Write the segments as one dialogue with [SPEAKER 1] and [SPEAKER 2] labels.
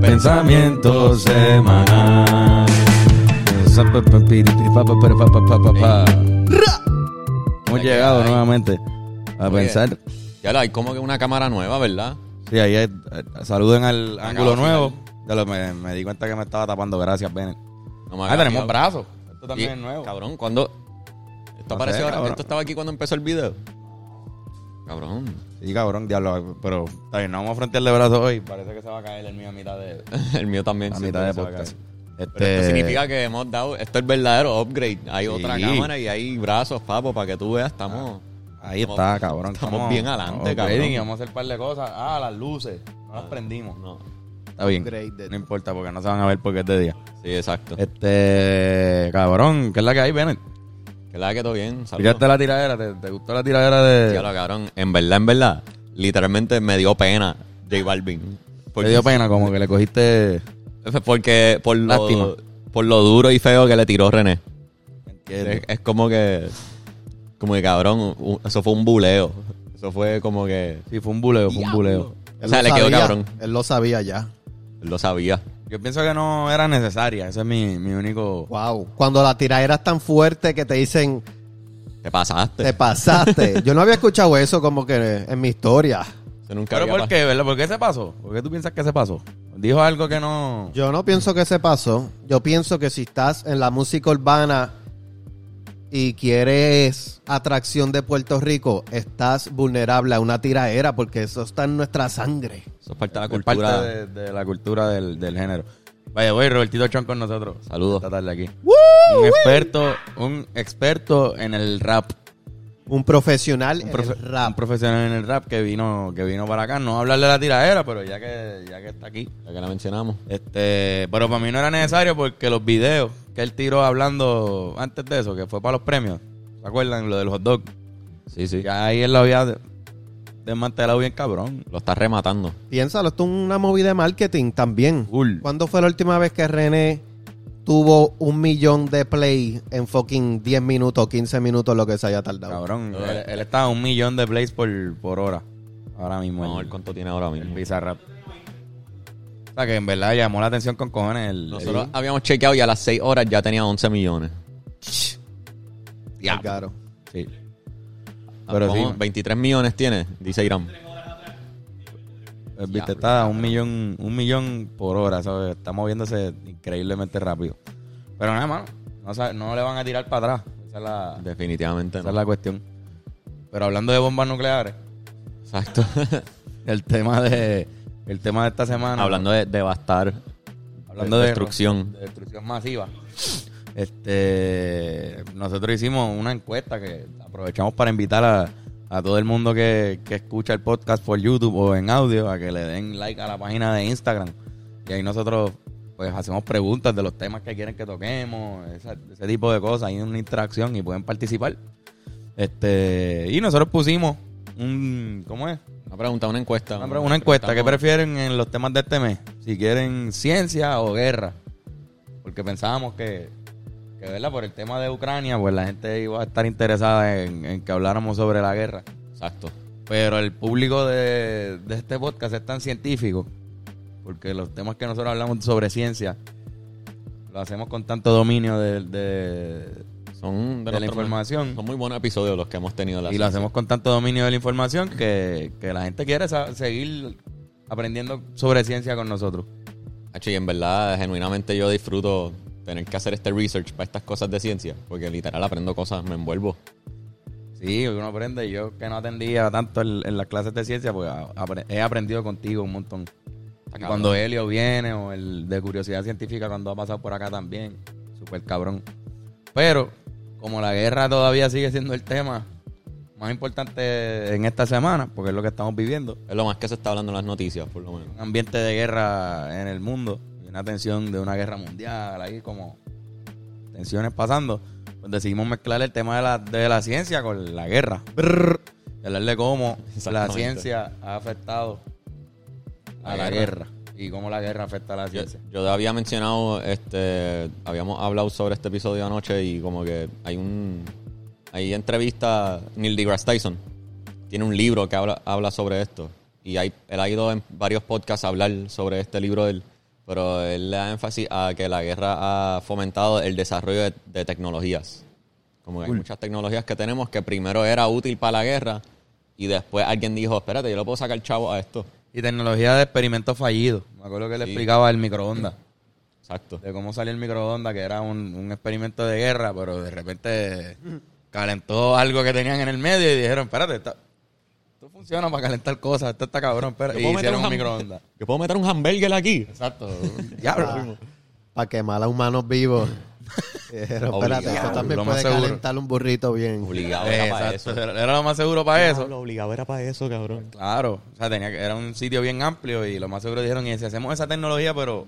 [SPEAKER 1] pensamiento semanal. Hemos llegado nuevamente a
[SPEAKER 2] Oye.
[SPEAKER 1] pensar.
[SPEAKER 2] Ya la, hay como que una cámara nueva, ¿verdad?
[SPEAKER 1] Sí, ahí es- eh, saluden al ángulo
[SPEAKER 2] de
[SPEAKER 1] nuevo. Ya lo- me, me di cuenta que me estaba tapando. Gracias, Bennett.
[SPEAKER 2] No me
[SPEAKER 1] Ah,
[SPEAKER 2] hagas
[SPEAKER 1] tenemos
[SPEAKER 2] tío.
[SPEAKER 1] brazos. Esto
[SPEAKER 2] Y,
[SPEAKER 1] también es nuevo.
[SPEAKER 2] Cabrón, ¿cuándo? Esto
[SPEAKER 1] No
[SPEAKER 2] apareció
[SPEAKER 1] sé,
[SPEAKER 2] ahora.
[SPEAKER 1] cabrón.
[SPEAKER 2] Esto estaba aquí cuando empezó el video. Cabrón.
[SPEAKER 1] Sí, cabrón, diablo. Pero está bien, no vamos a frontearle brazos hoy. Parece que se va a caer el mío a mitad de,
[SPEAKER 2] El mío también.
[SPEAKER 1] a
[SPEAKER 2] sí,
[SPEAKER 1] mitad de
[SPEAKER 2] se va a
[SPEAKER 1] podcast.
[SPEAKER 2] caer.
[SPEAKER 1] Este,
[SPEAKER 2] Pero esto significa que hemos dado. Esto es el verdadero upgrade. Hay
[SPEAKER 1] Sí.
[SPEAKER 2] otra cámara y hay brazos, papo, para que tú veas. Estamos.
[SPEAKER 1] Ahí
[SPEAKER 2] estamos-
[SPEAKER 1] está, cabrón.
[SPEAKER 2] estamos bien adelante,
[SPEAKER 1] upgrading
[SPEAKER 2] cabrón.
[SPEAKER 1] Y vamos a hacer un par de cosas. Ah, las luces. No las prendimos.
[SPEAKER 2] No.
[SPEAKER 1] Ah. Está bien. No importa porque no se van a ver porque es de día.
[SPEAKER 2] Sí, exacto.
[SPEAKER 1] Eh. Este, cabrón, ¿qué es la que hay, Bennett?
[SPEAKER 2] Que la que todo bien. Saludos.
[SPEAKER 1] ¿Escuchaste la tiradera? ¿Te, te gustó la tiradera de...?
[SPEAKER 2] Diablo, cabrón. En verdad, en verdad. Literalmente me dio pena J Balvin.
[SPEAKER 1] Te dio pena como que le cogiste...
[SPEAKER 2] Porque por lo,
[SPEAKER 1] Lástima.
[SPEAKER 2] por lo duro y feo que le tiró René. Es,
[SPEAKER 1] ¿Entiendes?
[SPEAKER 2] es como que. Como que cabrón. u- eso fue un buleo. Eso fue como que.
[SPEAKER 1] Sí, fue un buleo, fue un buleo.
[SPEAKER 2] O sea,
[SPEAKER 3] lo
[SPEAKER 2] le quedó
[SPEAKER 3] sabía,
[SPEAKER 2] cabrón.
[SPEAKER 3] Él lo sabía ya.
[SPEAKER 2] Él lo sabía.
[SPEAKER 1] Yo pienso que no era necesaria. Ese es mi, mi único...
[SPEAKER 3] Wow. Cuando la tiradera es tan fuerte que te dicen,
[SPEAKER 2] Te pasaste.
[SPEAKER 3] te pasaste. Yo no había escuchado eso como que en mi historia.
[SPEAKER 2] Eso nunca
[SPEAKER 1] Pero
[SPEAKER 2] había
[SPEAKER 1] ¿por
[SPEAKER 2] pasado.
[SPEAKER 1] qué, verdad? ¿Por qué se pasó? ¿Por qué tú piensas que se pasó? Dijo algo que no...
[SPEAKER 3] Yo no pienso que se pasó. Yo pienso que si estás en la música urbana y quieres atracción de Puerto Rico, estás vulnerable a una tiraera porque eso está en nuestra sangre.
[SPEAKER 2] Eso es parte de la
[SPEAKER 1] Es
[SPEAKER 2] cultura.
[SPEAKER 1] parte de, de la cultura del, del género. Vaya, voy, Robertito Chon con nosotros.
[SPEAKER 2] Saludos.
[SPEAKER 1] Esta tarde aquí. Un experto, un experto en el rap.
[SPEAKER 3] Un profesional
[SPEAKER 1] un,
[SPEAKER 3] en
[SPEAKER 1] profe-
[SPEAKER 3] el rap.
[SPEAKER 1] un profesional en el rap que vino, que vino para acá. No a hablarle de la tiradera, pero ya que, ya que está aquí.
[SPEAKER 2] Ya que la mencionamos.
[SPEAKER 1] Este, pero para mí no era necesario porque los videos que él tiró hablando antes de eso, que fue para los premios, ¿se acuerdan? Lo del hot dog.
[SPEAKER 2] Sí, sí.
[SPEAKER 1] Ya ahí él lo había de- desmantelado bien cabrón.
[SPEAKER 2] Lo está rematando.
[SPEAKER 3] Piénsalo, esto es una movida de marketing también.
[SPEAKER 1] Full.
[SPEAKER 3] ¿Cuándo fue la última vez que René tuvo un millón de play en fucking 10 minutos, 15 minutos, lo que se haya tardado?
[SPEAKER 1] Cabrón. Él, él está a un millón de plays por, por hora. Ahora mismo.
[SPEAKER 2] Vamos a
[SPEAKER 1] el-
[SPEAKER 2] ver cuánto tiene ahora
[SPEAKER 1] el
[SPEAKER 2] mismo.
[SPEAKER 1] Bizarrap. O sea que en verdad llamó la atención con cojones el.
[SPEAKER 2] Nosotros habíamos chequeado y a las 6 horas ya tenía 11 millones.
[SPEAKER 3] Está caro.
[SPEAKER 1] el- sí. Pero sí,
[SPEAKER 2] Vamos, 23 millones tiene, dice Irán.
[SPEAKER 1] el
[SPEAKER 2] ah,
[SPEAKER 1] beat está a un millón, un millón por hora, ¿sabes? Está moviéndose increíblemente rápido. Pero nada, mano. No, sa- no le van a tirar para atrás. Esa es la,
[SPEAKER 2] Definitivamente
[SPEAKER 1] esa es
[SPEAKER 2] no.
[SPEAKER 1] la cuestión. Pero hablando de bombas nucleares,
[SPEAKER 2] Exacto.
[SPEAKER 1] el tema de, el tema de esta semana.
[SPEAKER 2] Hablando de devastar.
[SPEAKER 1] Hablando de,
[SPEAKER 2] de destrucción.
[SPEAKER 1] de destrucción masiva. Este, nosotros hicimos una encuesta que aprovechamos para invitar a, a todo el mundo que, que escucha el podcast por YouTube o en audio a que le den like a la página de Instagram. Y ahí nosotros pues hacemos preguntas de los temas que quieren que toquemos, esa- ese tipo de cosas. Hay una interacción y pueden participar. Este, y nosotros pusimos un, ¿cómo es?
[SPEAKER 2] Una pregunta, una encuesta.
[SPEAKER 1] Una, pre- una encuesta, ¿qué
[SPEAKER 2] Estamos-
[SPEAKER 1] prefieren en los temas de este mes? Si quieren ciencia o guerra. Porque pensábamos que, que ¿verdad? Por el tema de Ucrania, pues la gente iba a estar interesada en, en que habláramos sobre la guerra.
[SPEAKER 2] Exacto.
[SPEAKER 1] Pero el público de, de este podcast es tan científico, porque los temas que nosotros hablamos sobre ciencia, lo hacemos con tanto dominio de- de,
[SPEAKER 2] Son
[SPEAKER 1] De la
[SPEAKER 2] nuestro-
[SPEAKER 1] información.
[SPEAKER 2] Son muy buenos episodios los que hemos tenido. la
[SPEAKER 1] Y lo
[SPEAKER 2] serie.
[SPEAKER 1] hacemos con tanto dominio de la información que, que la gente quiere sa- seguir aprendiendo sobre ciencia con nosotros.
[SPEAKER 2] Hacho, y en verdad, genuinamente yo disfruto tener que hacer este research para estas cosas de ciencia, porque literal aprendo cosas, me envuelvo.
[SPEAKER 1] Sí, uno aprende. Y Yo que no atendía tanto el- en las clases de ciencia, pues a- apre- he aprendido contigo un montón. Y
[SPEAKER 2] cabrón.
[SPEAKER 1] cuando Helio viene, o el de curiosidad científica cuando ha pasado por acá también. Súper cabrón. Pero, como la guerra todavía sigue siendo el tema más importante en esta semana, porque es lo que estamos viviendo,
[SPEAKER 2] Es lo más que se está hablando en las noticias, por lo menos.
[SPEAKER 1] un ambiente de guerra en el mundo, y una tensión de una guerra mundial, ahí como tensiones pasando, pues decidimos mezclar el tema de la, de la ciencia con la guerra. Brrr. Y hablar de cómo la
[SPEAKER 2] Exactamente.
[SPEAKER 1] ciencia ha afectado a
[SPEAKER 2] La
[SPEAKER 1] la
[SPEAKER 2] guerra.
[SPEAKER 1] guerra. y cómo la guerra afecta a la
[SPEAKER 2] Yo,
[SPEAKER 1] ciencia.
[SPEAKER 2] yo te había mencionado, este, habíamos hablado sobre este episodio anoche y como que hay un, hay entrevista Neil deGrasse Tyson, tiene un libro que habla, habla sobre esto y hay, él ha ido en varios podcasts a hablar sobre este libro de él, Pero él le da énfasis a que la guerra ha fomentado el desarrollo de, de tecnologías. Como que hay muchas tecnologías que tenemos que primero era útil para la guerra y después alguien dijo, espérate, yo le puedo sacar chavo a esto.
[SPEAKER 1] Y tecnología de experimentos fallidos. Me acuerdo que le
[SPEAKER 2] Sí.
[SPEAKER 1] explicaba el microondas.
[SPEAKER 2] Exacto.
[SPEAKER 1] De cómo salió el microondas, que era un, un experimento de guerra, pero de repente calentó algo que tenían en el medio y dijeron, espérate, esta- esto funciona para calentar cosas, esto está cabrón, espera".
[SPEAKER 2] Yo
[SPEAKER 1] Y
[SPEAKER 2] puedo meter
[SPEAKER 1] hicieron un
[SPEAKER 2] ham-
[SPEAKER 1] microondas.
[SPEAKER 2] Yo puedo meter un hamburger aquí.
[SPEAKER 1] Exacto.
[SPEAKER 2] Ah,
[SPEAKER 1] Diablo.
[SPEAKER 3] Para quemar a humanos vivos. Eh, Pero espérate, eso
[SPEAKER 2] Obligado,
[SPEAKER 3] también
[SPEAKER 1] lo más
[SPEAKER 3] puede
[SPEAKER 1] seguro.
[SPEAKER 3] calentar un burrito bien.
[SPEAKER 2] Obligado era para
[SPEAKER 1] Exacto,
[SPEAKER 2] eso.
[SPEAKER 1] Era era lo más seguro para eso.
[SPEAKER 2] Lo obligado era para eso, cabrón.
[SPEAKER 1] Claro, o sea, tenía que, era un sitio bien amplio y lo más seguro dijeron, y si hacemos esa tecnología, pero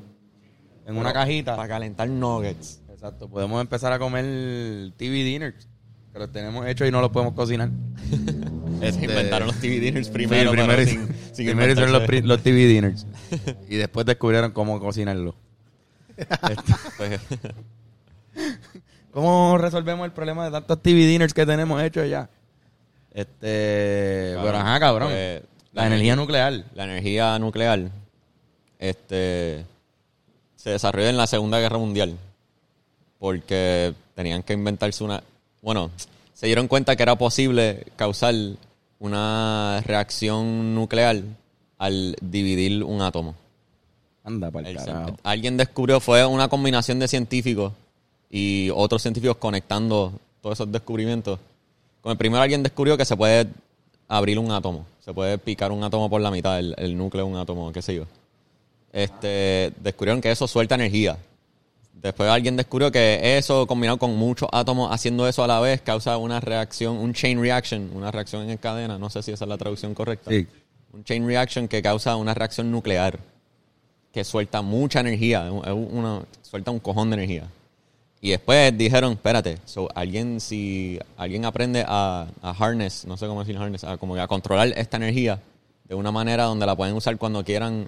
[SPEAKER 1] en una
[SPEAKER 2] Para
[SPEAKER 1] cajita,
[SPEAKER 2] calentar nuggets.
[SPEAKER 1] exacto, podemos empezar a comer TV dinners, que los tenemos hechos y no los podemos cocinar.
[SPEAKER 2] Se
[SPEAKER 1] Este,
[SPEAKER 2] inventaron los TV dinners
[SPEAKER 1] sí,
[SPEAKER 2] primero. pero
[SPEAKER 1] primero,
[SPEAKER 2] sin-
[SPEAKER 1] hic-
[SPEAKER 2] sin
[SPEAKER 1] primero hicieron los,
[SPEAKER 2] inventarse.
[SPEAKER 1] pri- los TV dinners y después descubrieron cómo cocinarlo.
[SPEAKER 2] Pues,
[SPEAKER 1] ¿Cómo resolvemos el problema de tantos TV dinners que tenemos hechos ya? Este,
[SPEAKER 2] Cabrón,
[SPEAKER 1] pero ajá, cabrón.
[SPEAKER 2] pues,
[SPEAKER 1] la
[SPEAKER 2] la
[SPEAKER 1] energía
[SPEAKER 2] energía-
[SPEAKER 1] nuclear.
[SPEAKER 2] la energía nuclear este, se desarrolló en la Segunda Guerra Mundial porque tenían que inventarse una... Bueno, se dieron cuenta que era posible causar una reacción nuclear al dividir un átomo.
[SPEAKER 1] Anda, para el
[SPEAKER 2] El-
[SPEAKER 1] carajo.
[SPEAKER 2] alguien descubrió, fue una combinación de científicos y otros científicos conectando todos esos descubrimientos. Con el primero alguien descubrió que se puede abrir un átomo, se puede picar un átomo por la mitad, el, el núcleo de un átomo, qué sé yo. Este, descubrieron que eso suelta energía. Después alguien descubrió que eso combinado con muchos átomos haciendo eso a la vez causa una reacción, un chain reaction, una reacción en cadena, no sé si esa es la traducción correcta.
[SPEAKER 1] Sí.
[SPEAKER 2] Un chain reaction que causa una reacción nuclear que suelta mucha energía, es una, suelta un cojón de energía. Y después dijeron, espérate, so, alguien si alguien aprende a, a harness, no sé cómo decir harness, a como que a controlar esta energía de una manera donde la pueden usar cuando quieran,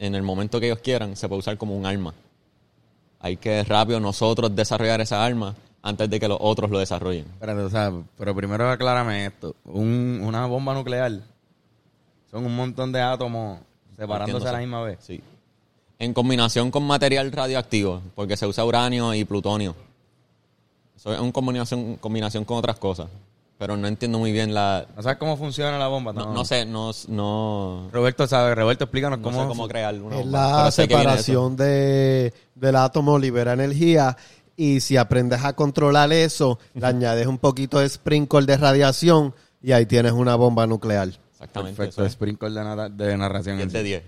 [SPEAKER 2] en el momento que ellos quieran, se puede usar como un arma. Hay que rápido nosotros desarrollar esa arma antes de que los otros lo desarrollen.
[SPEAKER 1] Espérate, o sea, pero primero aclárame esto. Un- una bomba nuclear son un montón de átomos separándose a la
[SPEAKER 2] Partiéndose.
[SPEAKER 1] misma vez.
[SPEAKER 2] Sí. En combinación con material radioactivo, porque se usa uranio y plutonio. Eso es una combinación, combinación con otras cosas. Pero no entiendo muy bien la...
[SPEAKER 1] ¿No sabes cómo funciona la bomba?
[SPEAKER 2] No, no sé, no... no
[SPEAKER 1] Roberto sabe. Roberto, explícanos
[SPEAKER 2] no
[SPEAKER 1] cómo...
[SPEAKER 2] sé cómo crear una
[SPEAKER 3] Es
[SPEAKER 2] bomba, pero
[SPEAKER 3] la
[SPEAKER 2] sé que viene de eso.
[SPEAKER 3] separación de, del átomo, libera energía. Y si aprendes a controlar eso, le añades un poquito de sprinkle de radiación y ahí tienes una bomba nuclear.
[SPEAKER 2] Exactamente. eso
[SPEAKER 1] Perfecto,
[SPEAKER 2] es.
[SPEAKER 1] sprinkle de, nata- de narración.
[SPEAKER 2] 10 de 10.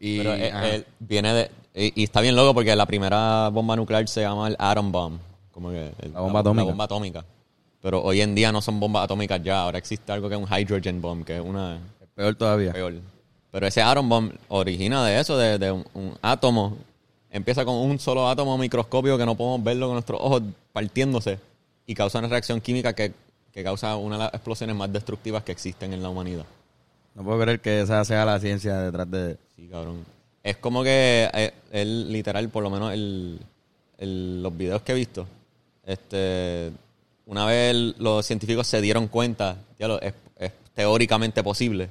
[SPEAKER 1] Y,
[SPEAKER 2] Pero eh,
[SPEAKER 1] ajá.
[SPEAKER 2] eh, viene de... Y, y está bien loco porque la primera bomba nuclear se llama el atom bomb. Como que el-
[SPEAKER 1] La bomba atómica.
[SPEAKER 2] bomba atómica. Pero hoy en día no son bombas atómicas ya. Ahora existe algo que es un hydrogen bomb, que es una...
[SPEAKER 1] Peor todavía.
[SPEAKER 2] peor. Pero ese atom bomb origina de eso, de, de un, un átomo. Empieza con un solo átomo microscópico que no podemos verlo con nuestros ojos partiéndose y causa una reacción química que, que causa una de las explosiones más destructivas que existen en la humanidad.
[SPEAKER 1] No puedo creer que esa sea la ciencia detrás de...
[SPEAKER 2] Sí, cabrón. Es como que eh, él, literal, por lo menos el, el- los videos que he visto, este, una vez el- los científicos se dieron cuenta, ya lo- es, es teóricamente posible.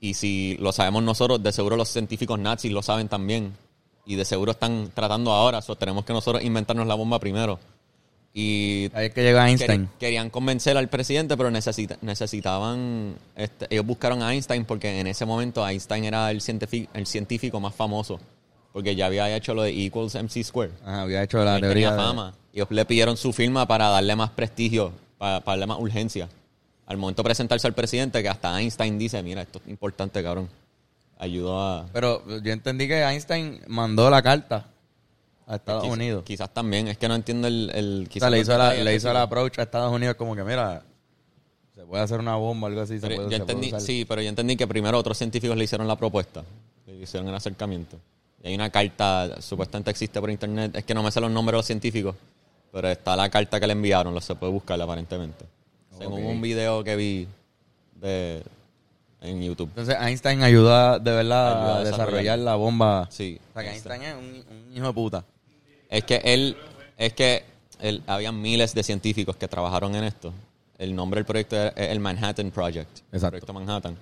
[SPEAKER 2] Y si lo sabemos nosotros, de seguro los científicos nazis lo saben también. Y de seguro están tratando ahora. so, tenemos que nosotros inventarnos la bomba primero. Y
[SPEAKER 1] Ahí es que llega Einstein.
[SPEAKER 2] Queri- Querían convencer al presidente, pero necesita- necesitaban. este, ellos buscaron a Einstein porque en ese momento Einstein era el científico, el científico más famoso. Porque ya había hecho lo de Equals MC Square.
[SPEAKER 1] Ajá, había hecho la
[SPEAKER 2] Él
[SPEAKER 1] teoría
[SPEAKER 2] tenía
[SPEAKER 1] de-
[SPEAKER 2] fama. Y ellos le pidieron su firma para darle más prestigio, para, para darle más urgencia. Al momento de presentarse al presidente, que hasta Einstein dice: Mira, esto es importante, cabrón. Ayudó a.
[SPEAKER 1] Pero yo entendí que Einstein mandó la carta a Estados
[SPEAKER 2] Quiz-
[SPEAKER 1] Unidos.
[SPEAKER 2] Quizás también, es que no entiendo el. el
[SPEAKER 1] O
[SPEAKER 2] quizás
[SPEAKER 1] sea, le
[SPEAKER 2] no
[SPEAKER 1] hizo, la,
[SPEAKER 2] entiendo
[SPEAKER 1] le hizo
[SPEAKER 2] específico.
[SPEAKER 1] la approach a Estados Unidos como que, mira, se puede hacer una bomba, algo así. se
[SPEAKER 2] Pero
[SPEAKER 1] puede-
[SPEAKER 2] yo
[SPEAKER 1] se puede
[SPEAKER 2] entendí,
[SPEAKER 1] usar.
[SPEAKER 2] sí, pero yo entendí que primero otros científicos le hicieron la propuesta, le hicieron el acercamiento. Y hay una carta, supuestamente existe por internet, es que no me sé los nombres de los científicos, pero está la carta que le enviaron, lo se puede buscar aparentemente. Según
[SPEAKER 1] Ok.
[SPEAKER 2] un video que vi de, en YouTube.
[SPEAKER 1] Entonces Einstein ayudó a- de verdad
[SPEAKER 2] Ayudó
[SPEAKER 1] a,
[SPEAKER 2] a
[SPEAKER 1] desarrollar
[SPEAKER 2] desarrollar.
[SPEAKER 1] la bomba.
[SPEAKER 2] Sí.
[SPEAKER 1] O sea, que Einstein es un, un hijo de puta.
[SPEAKER 2] Es que él, es que él, habían miles de científicos que trabajaron en esto. El nombre del proyecto es el Manhattan Project.
[SPEAKER 1] Exacto.
[SPEAKER 2] Proyecto Manhattan.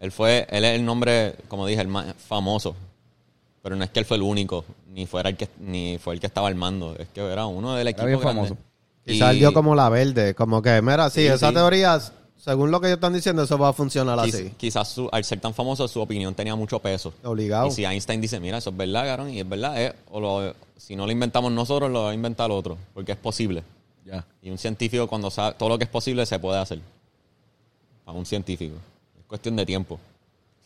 [SPEAKER 2] Él fue, él es el nombre, como dije, el más famoso. Pero no es que él fue el único, ni fuera el que ni fue el que estaba al mando. Es que era uno del equipo
[SPEAKER 1] bien
[SPEAKER 2] grande.
[SPEAKER 1] famoso.
[SPEAKER 2] Y-
[SPEAKER 3] Quizás dio como la verde, como que, mira, sí,
[SPEAKER 2] Sí,
[SPEAKER 3] esas
[SPEAKER 2] sí.
[SPEAKER 3] teorías, según lo que ellos están diciendo, eso va a funcionar
[SPEAKER 2] quiz-
[SPEAKER 3] así.
[SPEAKER 2] Quizás su- al ser tan famoso, su opinión tenía mucho peso.
[SPEAKER 3] Obligado.
[SPEAKER 2] Y si Einstein dice, mira, eso es verdad, cabrón, y es verdad, eh, o lo- si no lo inventamos nosotros, lo va a inventar otro, porque es posible.
[SPEAKER 1] Ya.
[SPEAKER 2] Y un científico cuando sabe todo lo que es posible se puede hacer. A un científico. Es cuestión de tiempo.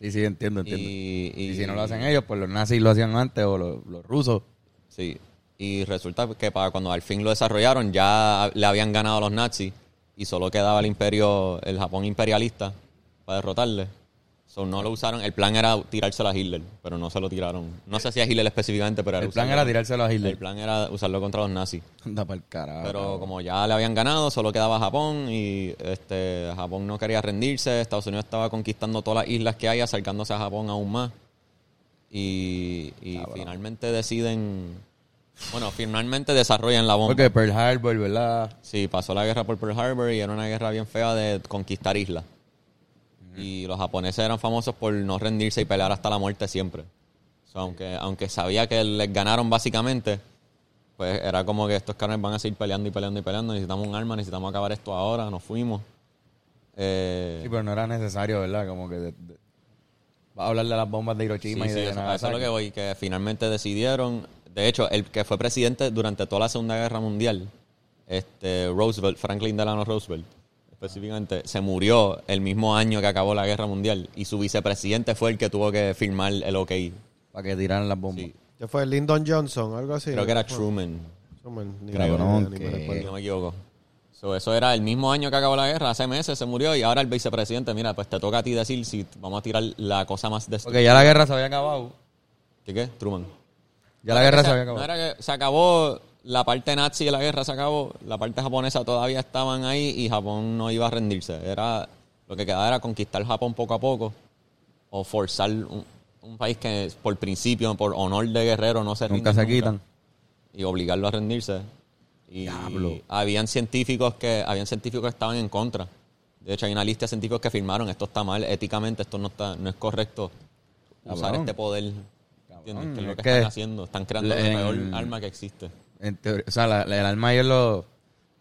[SPEAKER 1] Sí, sí, entiendo, entiendo. Y,
[SPEAKER 2] Y, y-
[SPEAKER 1] si no lo hacen ellos, pues los nazis lo hacían antes o los, los rusos.
[SPEAKER 2] Sí. Y resulta que para cuando al fin lo desarrollaron ya le habían ganado a los nazis y solo quedaba el imperio, el Japón imperialista para derrotarle. So, no lo usaron. El plan era tirárselo a Hitler, pero no se lo tiraron. No sé si a Hitler específicamente, pero
[SPEAKER 1] El plan
[SPEAKER 2] usarlo-
[SPEAKER 1] era tirárselo a Hitler.
[SPEAKER 2] El plan era usarlo contra los nazis.
[SPEAKER 1] Anda para el carajo.
[SPEAKER 2] Pero
[SPEAKER 1] cabrón.
[SPEAKER 2] como ya le habían ganado, solo quedaba Japón y este Japón no quería rendirse. Estados Unidos estaba conquistando todas las islas que hay, acercándose a Japón aún más. Y, y finalmente deciden. Bueno, finalmente desarrollan la bomba.
[SPEAKER 1] Porque Pearl Harbor, ¿verdad?
[SPEAKER 2] Sí, pasó la guerra por Pearl Harbor y era una guerra bien fea de conquistar islas. Y los japoneses eran famosos por no rendirse y pelear hasta la muerte siempre. O sea, aunque, aunque sabía que les ganaron básicamente, pues era como que estos carnes van a seguir peleando y peleando y peleando. Necesitamos un arma, necesitamos acabar esto ahora, nos fuimos. Eh,
[SPEAKER 1] Sí, pero no era necesario, ¿verdad? Como que... de- de- Va a hablar de las bombas de Hiroshima
[SPEAKER 2] Sí,
[SPEAKER 1] y
[SPEAKER 2] sí,
[SPEAKER 1] de
[SPEAKER 2] eso, a eso es
[SPEAKER 1] Nagasaki.
[SPEAKER 2] lo que voy, que finalmente decidieron. De hecho, el que fue presidente durante toda la Segunda Guerra Mundial, este Roosevelt, Franklin Delano Roosevelt, específicamente, se murió el mismo año que acabó la Guerra Mundial y su vicepresidente fue el que tuvo que firmar el OK.
[SPEAKER 1] Para que tiraran las bombas.
[SPEAKER 2] Sí.
[SPEAKER 3] Que fue Lyndon Johnson, algo así.
[SPEAKER 2] Creo que era
[SPEAKER 3] Fue-
[SPEAKER 2] Truman,
[SPEAKER 3] Truman, ni
[SPEAKER 1] Creo,
[SPEAKER 3] idea,
[SPEAKER 1] ¿no?
[SPEAKER 3] ni me
[SPEAKER 1] Que-
[SPEAKER 2] si
[SPEAKER 3] recuerdo.
[SPEAKER 2] no me equivoco. So, eso era el mismo año que acabó la guerra, hace meses se murió y ahora el vicepresidente, mira, pues te toca a ti decir si vamos a tirar la cosa más destructiva.
[SPEAKER 1] Porque ya la guerra se había acabado.
[SPEAKER 2] ¿Qué qué? Truman.
[SPEAKER 1] Ya la
[SPEAKER 2] O
[SPEAKER 1] guerra
[SPEAKER 2] sea,
[SPEAKER 1] se había
[SPEAKER 2] no
[SPEAKER 1] acabado.
[SPEAKER 2] era que se acabó la parte nazi de la guerra, se acabó. La parte japonesa todavía estaban ahí y Japón no iba a rendirse. Era lo que quedaba era conquistar Japón poco a poco o forzar un, un país que por principio, por honor de guerrero, no se
[SPEAKER 1] Nunca
[SPEAKER 2] rinde
[SPEAKER 1] se quitan.
[SPEAKER 2] y obligarlo a rendirse. Y
[SPEAKER 1] Diablo.
[SPEAKER 2] habían científicos que habían científicos que estaban en contra. De hecho, hay una lista de científicos que firmaron esto está mal éticamente, esto no está no es correcto usar
[SPEAKER 1] Cabrón.
[SPEAKER 2] este poder. ¿Entiendes?
[SPEAKER 1] Cabrón,
[SPEAKER 2] Que es
[SPEAKER 1] es
[SPEAKER 2] lo que,
[SPEAKER 1] que
[SPEAKER 2] están haciendo, están creando
[SPEAKER 1] le-
[SPEAKER 2] el
[SPEAKER 1] en-
[SPEAKER 2] peor arma que existe.
[SPEAKER 1] En teoría, o sea, la- la- el arma ellos lo...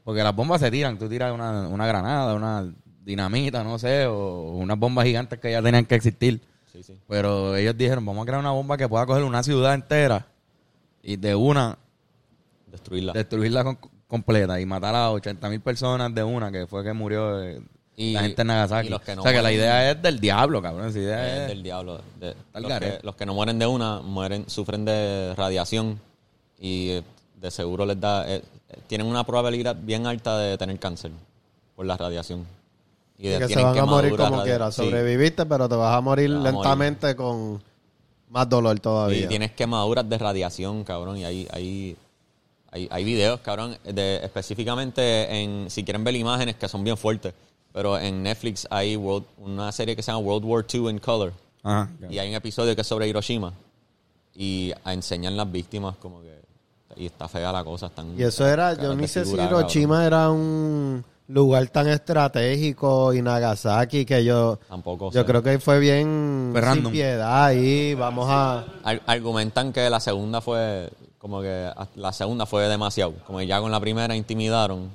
[SPEAKER 1] Porque las bombas se tiran. Tú tiras una, una granada, una dinamita, no sé, o unas bombas gigantes que ya tenían que existir.
[SPEAKER 2] Sí, sí.
[SPEAKER 1] Pero ellos dijeron, vamos a crear una bomba que pueda coger una ciudad entera y de una
[SPEAKER 2] Destruirla.
[SPEAKER 1] destruirla con- completa y matar a 80 mil personas de una, que fue que murió eh,
[SPEAKER 2] Y-
[SPEAKER 1] la gente en Nagasaki.
[SPEAKER 2] y los que no
[SPEAKER 1] o sea, que la
[SPEAKER 2] mueren.
[SPEAKER 1] idea es del diablo, cabrón. Esa idea
[SPEAKER 2] Es
[SPEAKER 1] es...
[SPEAKER 2] del diablo. de-
[SPEAKER 1] Eh, Tal
[SPEAKER 2] los, que,
[SPEAKER 1] garete.
[SPEAKER 2] los que no mueren de una mueren, sufren de radiación y eh, de seguro les da. eh, eh, tienen una probabilidad bien alta de tener cáncer por la radiación. Y
[SPEAKER 3] Y
[SPEAKER 2] de-
[SPEAKER 3] que se
[SPEAKER 2] tienen
[SPEAKER 3] van a morir
[SPEAKER 2] quemaduras
[SPEAKER 3] como
[SPEAKER 2] radi-
[SPEAKER 3] quieras.
[SPEAKER 2] Sí.
[SPEAKER 3] Sobreviviste, pero te vas a morir
[SPEAKER 2] Te vas a morir.
[SPEAKER 3] lentamente con más dolor todavía.
[SPEAKER 2] Y tienes quemaduras de radiación, cabrón. Y hay, hay, hay, hay videos, cabrón, de, específicamente en, si quieren ver imágenes que son bien fuertes, pero en Netflix hay World- una serie que se llama World War II in Color.
[SPEAKER 1] Ajá.
[SPEAKER 2] Y hay un episodio que es sobre Hiroshima. Y a- enseñan las víctimas como que... Y está fea la cosa. Están,
[SPEAKER 3] Y eso era,
[SPEAKER 2] caras
[SPEAKER 3] yo ni
[SPEAKER 2] de
[SPEAKER 3] sé si
[SPEAKER 2] figura,
[SPEAKER 3] Hiroshima era un lugar tan estratégico y Nagasaki que yo,
[SPEAKER 2] cabrón. Tampoco.
[SPEAKER 3] yo
[SPEAKER 2] sé.
[SPEAKER 3] creo que fue bien
[SPEAKER 1] Fue
[SPEAKER 3] sin
[SPEAKER 1] random.
[SPEAKER 3] piedad ahí, vamos a...
[SPEAKER 2] Ar- argumentan que la segunda fue... Como que a- la segunda fue demasiado. Como que ya con la primera intimidaron.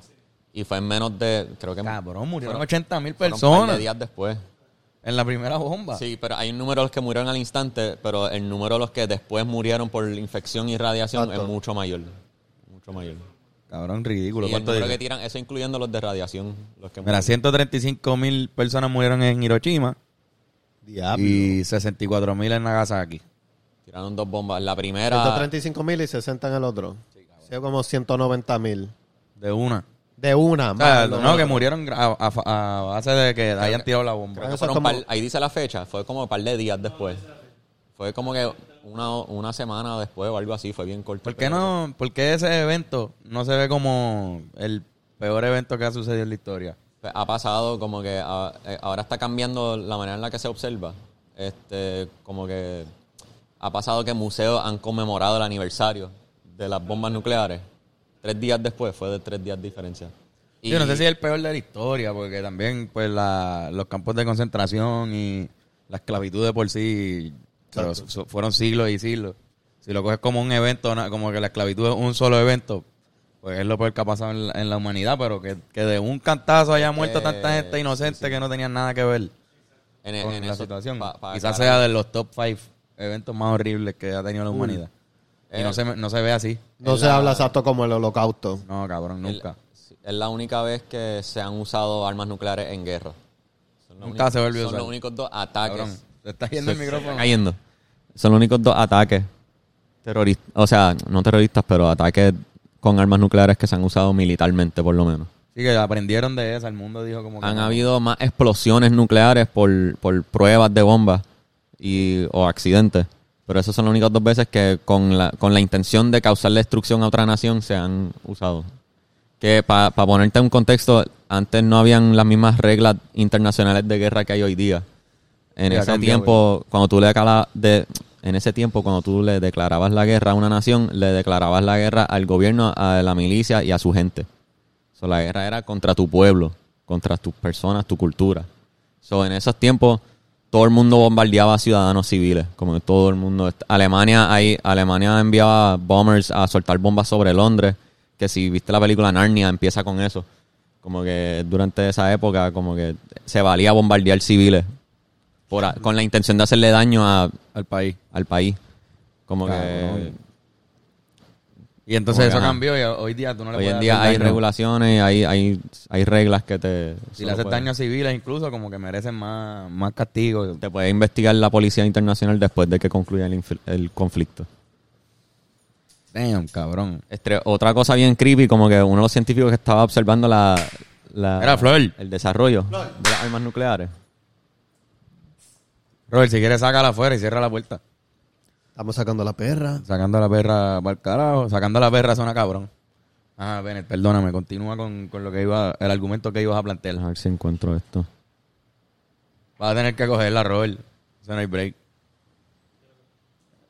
[SPEAKER 2] Y fue en menos de... Creo que...
[SPEAKER 1] Cabrón, murieron
[SPEAKER 2] fueron-
[SPEAKER 1] 80 mil
[SPEAKER 2] fueron un par de
[SPEAKER 1] personas Ah.
[SPEAKER 2] días después.
[SPEAKER 1] en la primera bomba.
[SPEAKER 2] Sí, pero hay un número de los que murieron al instante, pero el número de los que después murieron por infección y radiación
[SPEAKER 3] Exacto.
[SPEAKER 2] es mucho mayor. Mucho mayor.
[SPEAKER 1] Cabrón, ridículo.
[SPEAKER 2] Y el
[SPEAKER 1] ¿Cuánto
[SPEAKER 2] número
[SPEAKER 1] dice?
[SPEAKER 2] que tiran, eso incluyendo los de radiación. Los que
[SPEAKER 1] Mira,
[SPEAKER 2] murieron.
[SPEAKER 1] 135 mil personas murieron en Hiroshima
[SPEAKER 3] Diablo.
[SPEAKER 1] y 64 mil en Nagasaki.
[SPEAKER 2] Tiraron dos bombas. La primera.
[SPEAKER 3] 135 mil y 60 en el otro. O sea, como 190 mil.
[SPEAKER 1] De una.
[SPEAKER 3] De una,
[SPEAKER 1] O sea,
[SPEAKER 3] más
[SPEAKER 1] no,
[SPEAKER 3] lo
[SPEAKER 1] que
[SPEAKER 3] otro.
[SPEAKER 1] murieron gra- a, a- a base de que hayan tirado la bomba.
[SPEAKER 2] creo que
[SPEAKER 3] eso es
[SPEAKER 2] fueron par-
[SPEAKER 3] como-
[SPEAKER 2] ahí dice la fecha, fue como un par de días después. Fue como que una, una semana después o algo así, fue bien corto.
[SPEAKER 1] ¿Por qué, no, ¿Por qué ese evento no se ve como el peor evento que ha sucedido en la historia?
[SPEAKER 2] pues, ha pasado como que a- eh, ahora está cambiando la manera en la que se observa. Este, como que ha pasado que museos han conmemorado el aniversario de las bombas nucleares. Tres días después, fue de tres días de diferencia. Y
[SPEAKER 1] Yo no sé si es el peor de la historia, porque también pues la- los campos de concentración y la esclavitud de por sí pero so- fueron siglos y siglos. Si lo coges como un evento, na- como que la esclavitud es un solo evento, pues es lo peor que ha pasado en la, en la humanidad, pero que, que de un cantazo haya muerto tanta gente inocente que no tenían nada que ver
[SPEAKER 2] En, e- en
[SPEAKER 1] con la
[SPEAKER 2] eso,
[SPEAKER 1] situación.
[SPEAKER 2] pa- pa- para-
[SPEAKER 1] Quizás sea de los top 5 eventos más horribles que ha tenido la humanidad. Y
[SPEAKER 2] Eh,
[SPEAKER 1] no se, me- no se ve así.
[SPEAKER 3] No
[SPEAKER 2] En
[SPEAKER 3] se
[SPEAKER 2] la-
[SPEAKER 3] habla exacto como el holocausto.
[SPEAKER 1] No, cabrón,
[SPEAKER 2] el-
[SPEAKER 1] nunca.
[SPEAKER 2] sí, Es la única vez que se han usado armas nucleares en guerra. Son los
[SPEAKER 1] Nunca se
[SPEAKER 2] únicos-
[SPEAKER 1] volvió a
[SPEAKER 2] Son
[SPEAKER 1] usar.
[SPEAKER 2] los únicos dos ataques.
[SPEAKER 1] Cabrón, te está yendo el
[SPEAKER 2] Se- se
[SPEAKER 1] micrófono.
[SPEAKER 2] está cayendo. Son los únicos dos ataques terroristas, o sea, no terroristas, pero ataques con armas nucleares que se han usado militarmente, por lo menos.
[SPEAKER 1] Sí, que aprendieron de eso. El mundo dijo como que.
[SPEAKER 2] Han
[SPEAKER 1] no.
[SPEAKER 2] habido más explosiones nucleares por, por pruebas de bombas y, o accidentes. Pero esas son las únicas dos veces que con la, con la intención de causar la destrucción a otra nación se han usado. Que para ponerte en un contexto, antes no habían las mismas reglas internacionales de guerra que hay hoy día. En
[SPEAKER 1] Ya
[SPEAKER 2] ese
[SPEAKER 1] cambió,
[SPEAKER 2] tiempo, cuando tú le declara- de- en ese tiempo, cuando tú le declarabas la guerra a una nación, le declarabas la guerra al gobierno, a la milicia y a su gente. So, la guerra era contra tu pueblo, contra tus personas, tu cultura. So, en esos tiempos, todo el mundo bombardeaba a ciudadanos civiles, como todo el mundo. Alemania, ahí, Alemania enviaba bombers a soltar bombas sobre Londres, que si viste la película Narnia, empieza con eso. Como que durante esa época, como que se valía bombardear civiles por a- con la intención de hacerle daño a-
[SPEAKER 1] Al país.
[SPEAKER 2] al país. Como que
[SPEAKER 1] Cabrón. Y entonces
[SPEAKER 2] Como
[SPEAKER 1] eso
[SPEAKER 2] que, ajá.
[SPEAKER 1] cambió y hoy día tú no le
[SPEAKER 2] hoy
[SPEAKER 1] puedes
[SPEAKER 2] en día
[SPEAKER 1] hacer
[SPEAKER 2] hay
[SPEAKER 1] daño.
[SPEAKER 2] regulaciones, hay, hay, hay reglas que te...
[SPEAKER 1] Si
[SPEAKER 2] solo
[SPEAKER 1] le haces
[SPEAKER 2] puedes-
[SPEAKER 1] daño a civiles, incluso, como que merecen más, más castigo.
[SPEAKER 2] Te puede investigar la policía internacional después de que concluya el, inf- el conflicto.
[SPEAKER 1] Damn, cabrón.
[SPEAKER 2] Este, otra cosa bien creepy, como que uno de los científicos que estaba observando la, la-
[SPEAKER 1] Era Flor.
[SPEAKER 2] el desarrollo de las armas nucleares.
[SPEAKER 1] Robert, si quieres, sácala afuera y cierra la puerta.
[SPEAKER 3] Estamos sacando la perra.
[SPEAKER 1] Sacando a la perra para el carajo. Sacando a la perra suena cabrón. Ah, Bennett, perdóname. Continúa con, con lo que iba, el argumento que ibas a plantear.
[SPEAKER 2] A ver si encuentro esto.
[SPEAKER 1] Vas a tener que cogerla, Robert. Eso no hay break.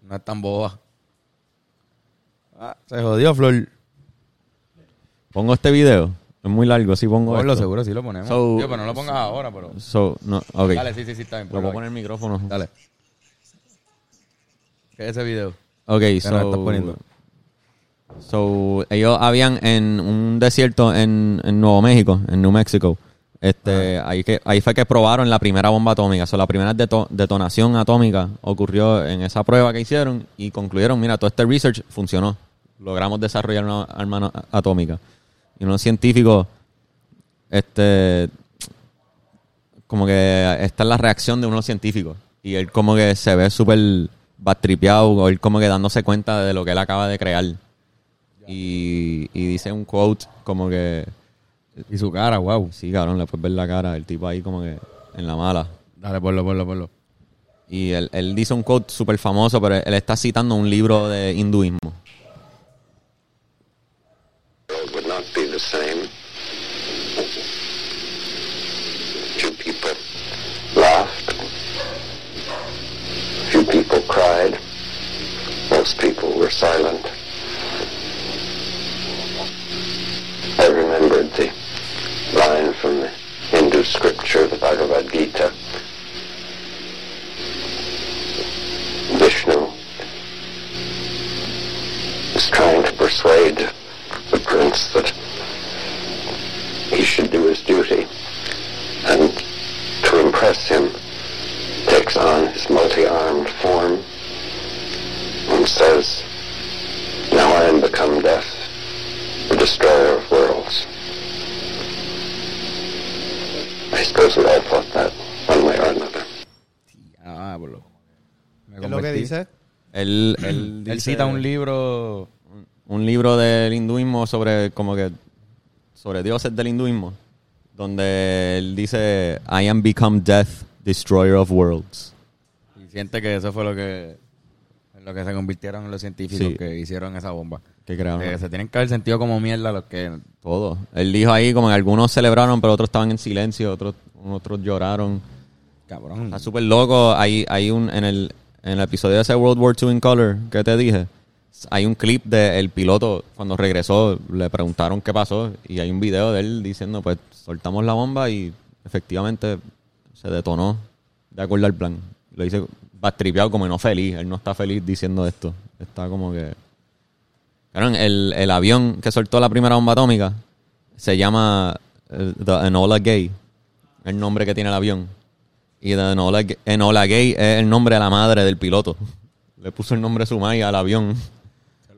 [SPEAKER 1] No es tan boba. Ah, se jodió, Flor.
[SPEAKER 2] Pongo este video. Es muy largo, si pongo
[SPEAKER 1] Ponlo,
[SPEAKER 2] esto.
[SPEAKER 1] seguro, sí lo ponemos.
[SPEAKER 2] So-
[SPEAKER 1] Tío, pero no lo pongas ahora, pero...
[SPEAKER 2] So, no, ok.
[SPEAKER 1] Dale, sí, sí, sí, está bien.
[SPEAKER 2] Lo
[SPEAKER 1] ponlo
[SPEAKER 2] puedo
[SPEAKER 1] ahí.
[SPEAKER 2] poner el micrófono.
[SPEAKER 1] Dale. ¿Qué es ese video?
[SPEAKER 2] Ok,
[SPEAKER 1] nos
[SPEAKER 2] so,
[SPEAKER 1] estás poniendo?
[SPEAKER 2] so, ellos habían en un desierto en, en Nuevo México, en New Mexico. Este, ahí, que, ahí fue que probaron la primera bomba atómica. So, la primera deto- detonación atómica ocurrió en esa prueba que hicieron y concluyeron, mira, todo este research funcionó. Logramos desarrollar una arma no- atómica. Y unos científicos, este, como que esta es la reacción de unos científicos. Y él como que se ve súper batripeado, o él como que dándose cuenta de lo que él acaba de crear. Y, y dice un quote como que,
[SPEAKER 1] Y su cara, wow.
[SPEAKER 2] sí, cabrón, le puedes ver la cara del tipo ahí como que en la mala.
[SPEAKER 1] Dale, ponlo, ponlo, ponlo.
[SPEAKER 2] Y él, él dice un quote súper famoso, pero él está citando un libro de hinduismo.
[SPEAKER 4] world would not be the same. Few people laughed. Few people cried. Most people were silent. I remembered the line from the Hindu scripture, the Bhagavad Gita. Vishnu is trying to persuade the prince that he should do his duty and to impress him takes on his multi-armed form and says, now I am become death, the destroyer of worlds. I suppose we all thought that one way or another.
[SPEAKER 1] Diablo. Me
[SPEAKER 3] ¿Qué es lo que
[SPEAKER 1] convertí.
[SPEAKER 3] dice?
[SPEAKER 2] Él, él
[SPEAKER 1] Él
[SPEAKER 2] dice-
[SPEAKER 1] cita un libro.
[SPEAKER 2] un libro del hinduismo sobre como que sobre dioses del hinduismo donde él dice I am become death destroyer of worlds
[SPEAKER 1] Y siente que eso fue lo que en lo que se convirtieron los científicos
[SPEAKER 2] Sí.
[SPEAKER 1] que hicieron esa bomba.
[SPEAKER 2] que crearon
[SPEAKER 1] Que se tienen que haber sentido como mierda los que...
[SPEAKER 2] todo él dijo ahí como que algunos celebraron pero otros estaban en silencio otros otros lloraron
[SPEAKER 1] Cabrón.
[SPEAKER 2] Está súper loco. Hay, hay un, en el, en el episodio de ese World War II in Color que te dije, hay un clip del piloto cuando regresó, le preguntaron qué pasó y hay un video de él diciendo, pues soltamos la bomba y efectivamente se detonó de acuerdo al plan. Lo hice bastripeado, como no feliz. Él no está feliz diciendo esto. Está como que. Cabrón, el, el avión que soltó la primera bomba atómica se llama eh, The Enola Gay. El nombre que tiene el avión. Y The Enola, G- Enola Gay es el nombre de la madre del piloto. Le puso el nombre Sumaya al avión.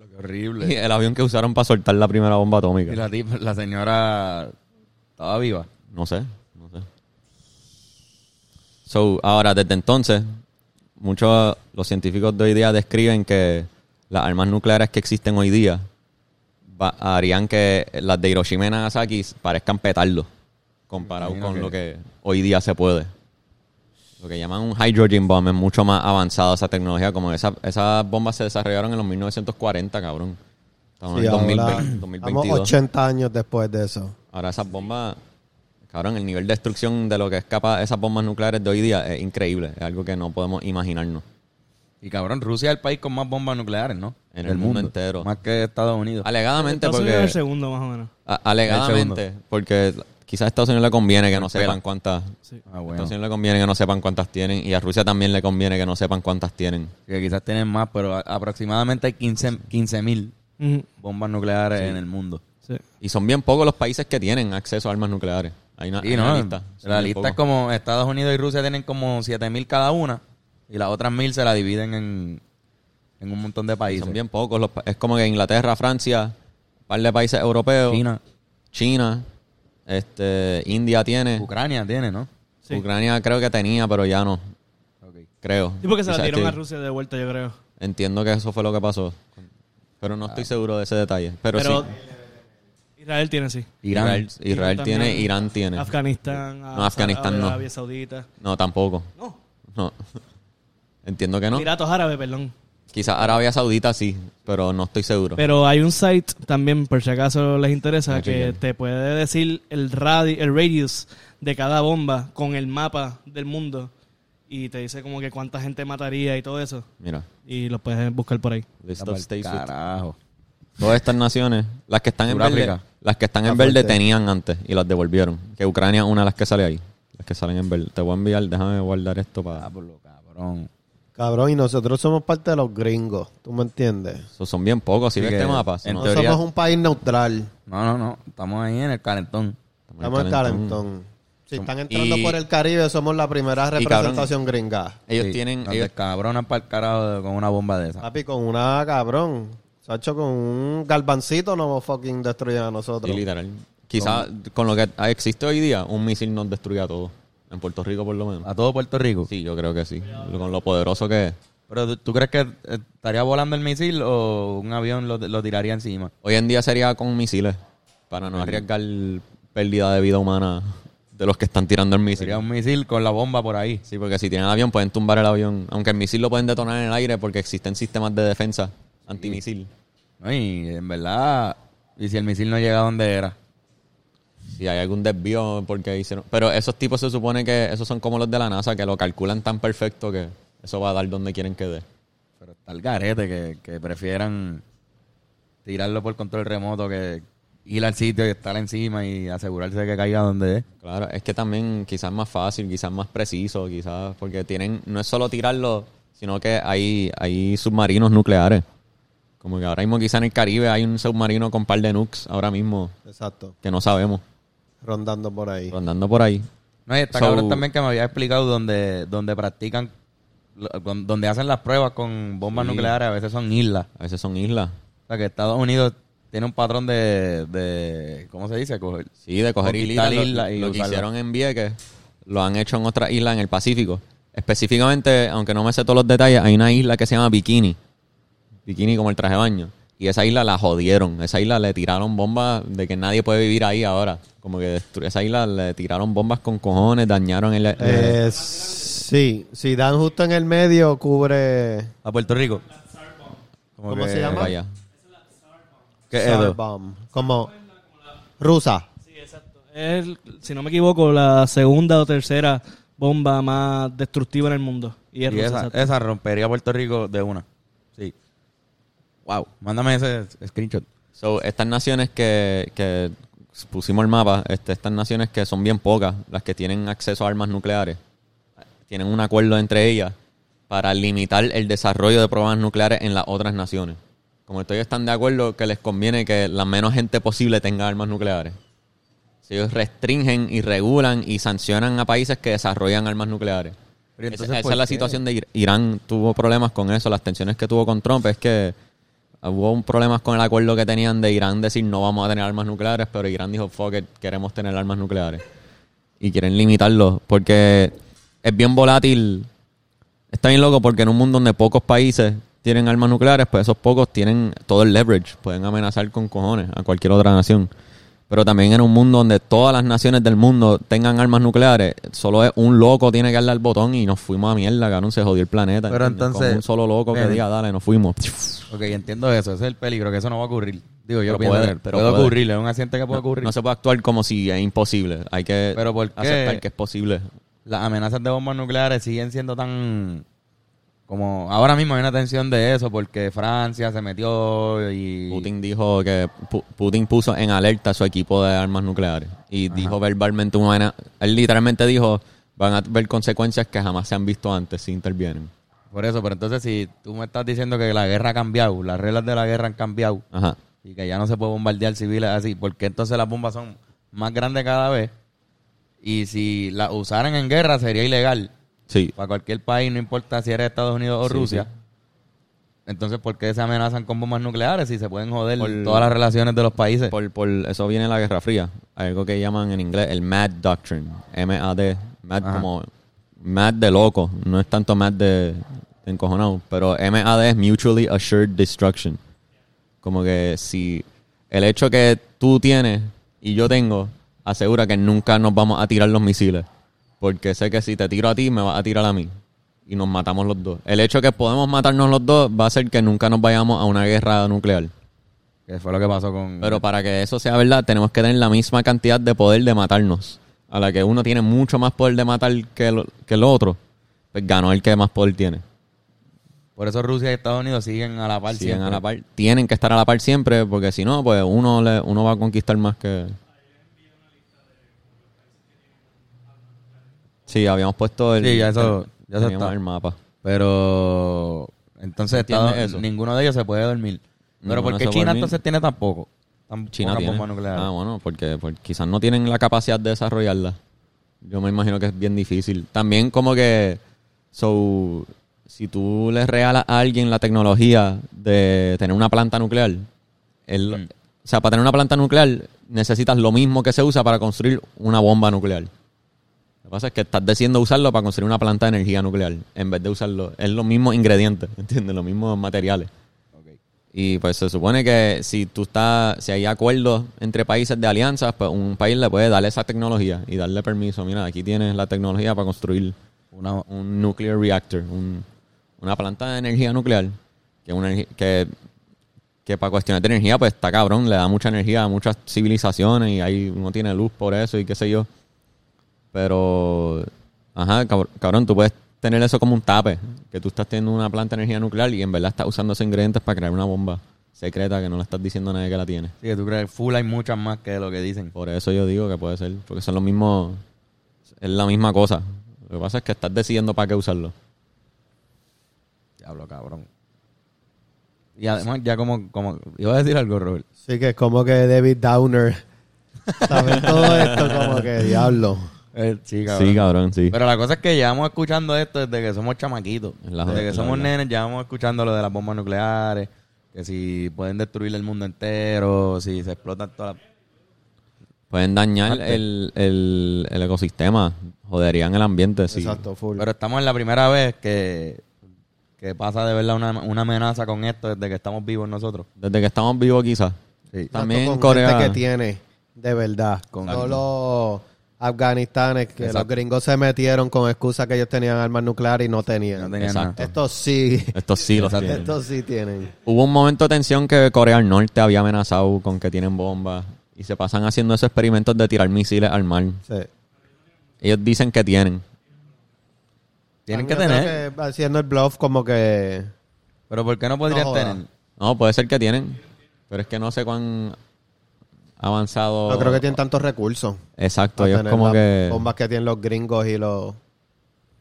[SPEAKER 1] Qué horrible.
[SPEAKER 2] Y el avión que usaron para soltar la primera bomba atómica.
[SPEAKER 1] Y la, tip- la señora estaba viva.
[SPEAKER 2] No sé, no sé. So, ahora, desde entonces, muchos los científicos de hoy día describen que las armas nucleares que existen hoy día va- harían que las de Hiroshima y Nagasaki parezcan petardos comparado
[SPEAKER 1] Imagino
[SPEAKER 2] con
[SPEAKER 1] que-
[SPEAKER 2] lo que hoy día se puede. Lo que llaman un hydrogen bomb es mucho más avanzada esa tecnología, como esa- esas bombas se desarrollaron en los 1940, cabrón. Estamos
[SPEAKER 3] Sí,
[SPEAKER 2] en
[SPEAKER 3] ahora
[SPEAKER 2] 2020,
[SPEAKER 3] Estamos
[SPEAKER 2] 2022.
[SPEAKER 3] 80 años después de eso.
[SPEAKER 2] Ahora esas bombas, cabrón, el nivel de destrucción de lo que escapa esas bombas nucleares de hoy día es increíble. Es algo que no podemos imaginarnos.
[SPEAKER 1] Y cabrón, Rusia es el país con más bombas nucleares, ¿no?
[SPEAKER 2] En
[SPEAKER 1] Del
[SPEAKER 2] el mundo entero.
[SPEAKER 1] Más que Estados Unidos.
[SPEAKER 2] Alegadamente,
[SPEAKER 5] Estados Unidos es el
[SPEAKER 2] porque
[SPEAKER 5] segundo, más o menos.
[SPEAKER 2] a- alegadamente, porque quizás a Estados Unidos le conviene que no sepan cuántas.
[SPEAKER 5] Sí.
[SPEAKER 1] Ah,
[SPEAKER 2] A
[SPEAKER 1] bueno.
[SPEAKER 2] Estados Unidos le conviene que no sepan cuántas tienen y a Rusia también le conviene que no sepan cuántas tienen.
[SPEAKER 1] Que quizás tienen más, pero a- aproximadamente hay 15 mil
[SPEAKER 5] Ujú,
[SPEAKER 1] bombas nucleares en el mundo.
[SPEAKER 5] sí.
[SPEAKER 2] Y son bien pocos los países que tienen acceso a armas nucleares. Hay una,
[SPEAKER 1] Y
[SPEAKER 2] hay
[SPEAKER 1] no,
[SPEAKER 2] una lista. Son
[SPEAKER 1] la
[SPEAKER 2] bien
[SPEAKER 1] lista es
[SPEAKER 2] pocos.
[SPEAKER 1] como Estados Unidos y Rusia tienen como 7 mil cada una y las otras mil se la dividen en, en un montón de países.
[SPEAKER 2] Son bien pocos. los pa- es como que Inglaterra, Francia, un par de países europeos.
[SPEAKER 1] China,
[SPEAKER 2] China, este, India tiene,
[SPEAKER 1] Ucrania tiene, ¿no?
[SPEAKER 5] Sí.
[SPEAKER 2] Ucrania creo que tenía, pero ya no, creo.
[SPEAKER 5] Sí, porque se la
[SPEAKER 2] Quizás
[SPEAKER 5] dieron a
[SPEAKER 2] estoy-
[SPEAKER 5] Rusia de vuelta, yo creo.
[SPEAKER 2] Entiendo que eso fue lo que pasó, pero no estoy
[SPEAKER 1] Ah.
[SPEAKER 2] seguro de ese detalle. Pero,
[SPEAKER 5] Pero
[SPEAKER 2] sí,
[SPEAKER 5] Israel tiene, sí.
[SPEAKER 1] Irán.
[SPEAKER 2] Israel, Israel
[SPEAKER 5] también.
[SPEAKER 2] tiene, Irán tiene.
[SPEAKER 5] Afganistán. a-
[SPEAKER 2] No, Afganistán no.
[SPEAKER 5] Arabia Saudita.
[SPEAKER 2] no, tampoco.
[SPEAKER 5] No.
[SPEAKER 2] No. Entiendo que no.
[SPEAKER 5] Emiratos Árabes, perdón.
[SPEAKER 2] Quizás Arabia Saudita sí, pero no estoy seguro.
[SPEAKER 5] Pero hay un site también, por si acaso les interesa,
[SPEAKER 2] Ah,
[SPEAKER 5] que
[SPEAKER 2] chequear.
[SPEAKER 5] te puede decir el, radi el radius de cada bomba con el mapa del mundo y te dice como que cuánta gente mataría y todo eso.
[SPEAKER 2] Mira,
[SPEAKER 5] Y lo puedes buscar por ahí.
[SPEAKER 2] list
[SPEAKER 1] Está
[SPEAKER 2] of
[SPEAKER 1] pa'l
[SPEAKER 2] states with-
[SPEAKER 1] Carajo.
[SPEAKER 2] Todas estas naciones, las que están en verde,
[SPEAKER 1] Sudáfrica.
[SPEAKER 2] las que están en
[SPEAKER 3] Está
[SPEAKER 2] verde
[SPEAKER 3] fuerte.
[SPEAKER 2] tenían antes y las devolvieron. Que Ucrania es una de las que sale ahí. Las que salen en verde. Te voy a enviar, déjame guardar esto para...
[SPEAKER 1] Diablo, cabrón.
[SPEAKER 3] Cabrón, y nosotros somos parte de los gringos, ¿tú me entiendes?
[SPEAKER 2] So, son bien pocos. Si
[SPEAKER 1] Sí
[SPEAKER 2] ves
[SPEAKER 1] que
[SPEAKER 2] este mapa, si
[SPEAKER 1] en
[SPEAKER 2] no-
[SPEAKER 3] No
[SPEAKER 1] teoría-
[SPEAKER 3] somos un país neutral.
[SPEAKER 1] No, no, no. Estamos ahí en el calentón.
[SPEAKER 3] Estamos en Calentón. Si están entrando
[SPEAKER 2] Y-
[SPEAKER 3] por el Caribe, somos la primera
[SPEAKER 2] Y, cabrón,
[SPEAKER 3] representación gringa.
[SPEAKER 2] Ellos
[SPEAKER 1] Sí,
[SPEAKER 2] tienen.
[SPEAKER 1] Nos
[SPEAKER 2] ellos-
[SPEAKER 1] descabronan para el carajo con una bomba de esa.
[SPEAKER 3] Papi, con una cabrón. Sacho, con un galvancito no fucking destruyen a nosotros.
[SPEAKER 2] sí, literal. Quizás con lo que existe hoy día, un misil nos destruye a todos. En Puerto Rico, por lo menos.
[SPEAKER 1] A todo Puerto Rico.
[SPEAKER 2] Sí, yo creo que sí. Con lo poderoso que es.
[SPEAKER 1] Pero ¿tú, tú crees que eh, estaría volando el misil o un avión lo, lo tiraría encima?
[SPEAKER 2] Hoy en día sería con misiles. Para no arriesgar pérdida de vida humana de los que están tirando el misil.
[SPEAKER 1] Sería un misil con la bomba por ahí.
[SPEAKER 2] Sí, porque si tienen el avión, pueden tumbar el avión. Aunque el misil lo pueden detonar en el aire porque existen sistemas de defensa antimisil.
[SPEAKER 1] No, y en verdad, ¿y si el misil no llega a donde era?
[SPEAKER 2] Si hay algún desvío porque hicieron. Pero esos tipos se supone que esos son como los de la NASA, que lo calculan tan perfecto que eso va a dar donde quieren que dé.
[SPEAKER 1] Pero está el garete que, que prefieran tirarlo por control remoto que ir al sitio y estar encima y asegurarse de que caiga donde es.
[SPEAKER 2] Claro, es que también quizás más fácil, quizás más preciso, quizás porque tienen, no es solo tirarlo, sino que hay, hay submarinos nucleares. Como que ahora mismo quizás en el Caribe hay un submarino con par de nukes ahora mismo
[SPEAKER 3] Exacto.
[SPEAKER 2] que no sabemos,
[SPEAKER 3] Rondando por ahí.
[SPEAKER 2] rondando por ahí.
[SPEAKER 1] No, y está
[SPEAKER 2] So-
[SPEAKER 1] cabrón también que me había explicado donde, donde practican, lo- donde hacen las pruebas con bombas
[SPEAKER 2] Sí.
[SPEAKER 1] nucleares, a veces son islas.
[SPEAKER 2] A veces son islas.
[SPEAKER 1] O sea, que Estados Unidos tiene un patrón de, de ¿cómo se dice? Coger-
[SPEAKER 2] Sí, de coger
[SPEAKER 1] Conquistar
[SPEAKER 2] islas. Lo,
[SPEAKER 1] islas y
[SPEAKER 2] lo que
[SPEAKER 1] usarlas.
[SPEAKER 2] hicieron en Vieques lo han hecho en otras islas en el Pacífico. Específicamente, aunque no me sé todos los detalles, hay una isla que se llama Bikini. Bikini como el traje de baño. Y esa isla la jodieron. Esa isla le tiraron bombas de que nadie puede vivir ahí ahora. Como que destru- esa isla le tiraron bombas con cojones, dañaron el... el-
[SPEAKER 3] Eh, sí, si dan justo en el medio, cubre.
[SPEAKER 1] a Puerto Rico. Como
[SPEAKER 3] ¿Cómo
[SPEAKER 1] que-
[SPEAKER 3] se llama?
[SPEAKER 2] vaya.
[SPEAKER 1] ¿Qué es eso?
[SPEAKER 3] Tsar bomb. Como rusa.
[SPEAKER 5] Sí, exacto. Es, si no me equivoco, la segunda o tercera bomba más destructiva en el mundo. Y es
[SPEAKER 1] Y
[SPEAKER 5] rusa,
[SPEAKER 1] esa,
[SPEAKER 5] exacto.
[SPEAKER 1] esa rompería a Puerto Rico de una. Sí. Wow. Mándame ese screenshot.
[SPEAKER 2] So, estas naciones que, que pusimos el mapa, este, estas naciones que son bien pocas, las que tienen acceso a armas nucleares, tienen un acuerdo entre ellas para para limitar el desarrollo de programas nucleares en las otras naciones. Como estoy están de acuerdo que les conviene que la menos gente posible tenga armas nucleares. Si ellos restringen y regulan y sancionan a países que desarrollan armas nucleares.
[SPEAKER 1] Pero
[SPEAKER 2] Esa-
[SPEAKER 1] entonces,
[SPEAKER 2] esa
[SPEAKER 1] ¿por
[SPEAKER 2] es la
[SPEAKER 1] qué?
[SPEAKER 2] situación de Ir- Irán. Tuvo problemas con eso. Las tensiones que tuvo con Trump es que hubo un problemas con el acuerdo que tenían de Irán decir no vamos a tener armas nucleares, pero Irán dijo fuck it, queremos tener armas nucleares. Y quieren limitarlo porque es bien volátil. Está bien loco porque en un mundo donde pocos países tienen armas nucleares, pues esos pocos tienen todo el leverage. Pueden amenazar con cojones a cualquier otra nación. Pero también en un mundo donde todas las naciones del mundo tengan armas nucleares, solo es un loco tiene que darle al botón y nos fuimos a mierda, cabrón, se jodió el planeta.
[SPEAKER 1] Pero
[SPEAKER 2] ¿entiendes?
[SPEAKER 1] entonces-
[SPEAKER 2] Con un solo loco que
[SPEAKER 1] Ven.
[SPEAKER 2] diga, dale, nos fuimos.
[SPEAKER 1] Ok, entiendo eso, ese es el peligro, que eso no va a ocurrir. Digo,
[SPEAKER 2] Pero
[SPEAKER 1] yo pienso
[SPEAKER 2] puede,
[SPEAKER 1] que
[SPEAKER 2] pero
[SPEAKER 1] puede
[SPEAKER 2] puede.
[SPEAKER 1] ocurrir, es un accidente que puede
[SPEAKER 2] No,
[SPEAKER 1] ocurrir.
[SPEAKER 2] no se puede actuar como si es imposible. Hay que
[SPEAKER 1] Pero ¿por qué?
[SPEAKER 2] aceptar que es posible.
[SPEAKER 1] Las amenazas de bombas nucleares siguen siendo tan... Como ahora mismo hay una tensión de eso porque Francia se metió y...
[SPEAKER 2] Putin dijo que Pu- Putin puso en alerta a su equipo de armas nucleares y dijo verbalmente una vaina- él literalmente dijo van a ver consecuencias que jamás se han visto antes si intervienen.
[SPEAKER 1] Por eso, pero entonces si tú me estás diciendo que la guerra ha cambiado, las reglas de la guerra han cambiado
[SPEAKER 2] Ajá.
[SPEAKER 1] y que ya no se puede bombardear civiles así, porque entonces las bombas son más grandes cada vez y si las usaran en guerra sería ilegal
[SPEAKER 2] Sí.
[SPEAKER 1] para cualquier país, no importa si eres Estados Unidos o
[SPEAKER 2] Sí,
[SPEAKER 1] Rusia.
[SPEAKER 2] sí.
[SPEAKER 1] Entonces, ¿por qué se amenazan con bombas nucleares si se pueden joder
[SPEAKER 2] Por-
[SPEAKER 1] todas las relaciones de los países?
[SPEAKER 2] Por, por eso viene la Guerra Fría, algo que llaman en inglés el Mad Doctrine, M A D, Mad
[SPEAKER 1] Ajá.
[SPEAKER 2] como Mad de loco, no es tanto Mad de, de encojonado, pero M A D es Mutually Assured Destruction. Como que si el hecho que tú tienes y yo tengo asegura que nunca nos vamos a tirar los misiles. Porque sé que si te tiro a ti, me vas a tirar a mí. Y nos matamos los dos. El hecho que podemos matarnos los dos va a hacer que nunca nos vayamos a una guerra nuclear.
[SPEAKER 1] que fue lo que pasó con...
[SPEAKER 2] Pero para que eso sea verdad, tenemos que tener la misma cantidad de poder de matarnos. A la que uno tiene mucho más poder de matar que el, que el otro, pues ganó el que más poder tiene.
[SPEAKER 1] Por eso Rusia y Estados Unidos siguen a la par.
[SPEAKER 2] Siguen
[SPEAKER 1] siempre.
[SPEAKER 2] a la par. Tienen que estar a la par siempre, porque si no, pues uno, le- uno va a conquistar más que... Sí, habíamos puesto el,
[SPEAKER 1] Sí, ya eso- ya eso
[SPEAKER 2] teníamos
[SPEAKER 1] está.
[SPEAKER 2] el mapa.
[SPEAKER 1] Pero entonces
[SPEAKER 2] ¿Entiendes
[SPEAKER 1] Estados-
[SPEAKER 2] eso?
[SPEAKER 1] ninguno de ellos se puede dormir. Pero
[SPEAKER 2] Ninguno
[SPEAKER 1] ¿por
[SPEAKER 2] se
[SPEAKER 1] qué
[SPEAKER 2] puede
[SPEAKER 1] China
[SPEAKER 2] dormir.
[SPEAKER 1] entonces tiene tan poco? Tan
[SPEAKER 2] China
[SPEAKER 1] poca
[SPEAKER 2] tiene.
[SPEAKER 1] bomba nuclear.
[SPEAKER 2] Ah, bueno, porque, porque quizás no tienen la capacidad de desarrollarla. Yo me imagino que es bien difícil. También como que, so, si tú le regalas a alguien la tecnología de tener una planta nuclear, él-
[SPEAKER 1] Mm.
[SPEAKER 2] o sea, para tener una planta nuclear necesitas lo mismo que se usa para construir una bomba nuclear. Lo que pasa es que estás diciendo usarlo para construir una planta de energía nuclear, en vez de usarlo. Es los mismos ingredientes, ¿entiendes? Los mismos materiales. Y pues se supone que si tú estás, si hay acuerdos entre países de alianzas, pues un país le puede darle esa tecnología y darle permiso. Mira, aquí tienes la tecnología para construir
[SPEAKER 1] Una-
[SPEAKER 2] un nuclear reactor, un- una planta de energía nuclear, que, una, energi- que, que para cuestiones de energía, pues está cabrón, le da mucha energía a muchas civilizaciones y ahí uno tiene luz por eso y qué sé yo. Pero, ajá, cabr- cabrón, tú puedes tener eso como un tape, que tú estás teniendo una planta de energía nuclear y en verdad estás usando esos ingredientes para crear una bomba secreta que no le estás diciendo a nadie que la tiene.
[SPEAKER 1] Sí, que tú crees, full hay muchas más que lo que dicen.
[SPEAKER 2] Por eso yo digo que puede ser, porque son los mismos, es la misma cosa. Lo que pasa es que estás decidiendo para qué usarlo.
[SPEAKER 1] Diablo, cabrón. Y además, ya como, como. Iba a decir algo, Robert.
[SPEAKER 3] Sí, que es como que David Downer. Saben todo esto como que diablo.
[SPEAKER 1] Eh, sí,
[SPEAKER 2] Sí, cabrón, sí.
[SPEAKER 1] Pero la cosa es que llevamos escuchando esto desde que somos chamaquitos.
[SPEAKER 2] Es la
[SPEAKER 1] desde
[SPEAKER 2] joda,
[SPEAKER 1] que
[SPEAKER 2] es la
[SPEAKER 1] somos
[SPEAKER 2] verdad.
[SPEAKER 1] nenes, llevamos escuchando lo de las bombas nucleares. Que si pueden destruir el mundo entero, si se explotan todas las.
[SPEAKER 2] Pueden dañar
[SPEAKER 1] Parte.
[SPEAKER 2] el, el, el ecosistema, joderían el ambiente, sí.
[SPEAKER 3] Exacto, full.
[SPEAKER 1] Pero estamos en la primera vez que, que pasa de verdad una, una amenaza con esto desde que estamos vivos nosotros.
[SPEAKER 2] Desde que estamos vivos quizás.
[SPEAKER 1] Sí.
[SPEAKER 3] Exacto,
[SPEAKER 2] También
[SPEAKER 3] con
[SPEAKER 2] Corea.
[SPEAKER 3] gente que tiene, de verdad.
[SPEAKER 1] Con-
[SPEAKER 3] no los afganistanes que los
[SPEAKER 1] Exacto.
[SPEAKER 3] gringos se metieron con excusa que ellos tenían armas nucleares y no tenían.
[SPEAKER 1] No tenían
[SPEAKER 2] Exacto.
[SPEAKER 1] nada.
[SPEAKER 3] Estos sí,
[SPEAKER 2] Estos sí los
[SPEAKER 1] Exacto.
[SPEAKER 2] tienen.
[SPEAKER 3] estos sí tienen.
[SPEAKER 2] Hubo un momento de tensión que Corea del Norte había amenazado con que tienen bombas y se pasan haciendo esos experimentos de tirar misiles al mar.
[SPEAKER 3] Sí.
[SPEAKER 2] Ellos dicen que tienen.
[SPEAKER 1] Tienen
[SPEAKER 3] Hay
[SPEAKER 1] que
[SPEAKER 3] otros
[SPEAKER 1] tener.
[SPEAKER 3] que haciendo el bluff como que...
[SPEAKER 1] Pero ¿por qué no podrían
[SPEAKER 3] No joda.
[SPEAKER 1] tener?
[SPEAKER 2] No, puede ser que tienen, pero es que no sé cuán avanzado.
[SPEAKER 3] No creo que tienen tantos recursos.
[SPEAKER 2] Exacto,
[SPEAKER 3] para
[SPEAKER 2] ellos
[SPEAKER 3] tener
[SPEAKER 2] como
[SPEAKER 3] las
[SPEAKER 2] que...
[SPEAKER 3] bombas que tienen los gringos y los...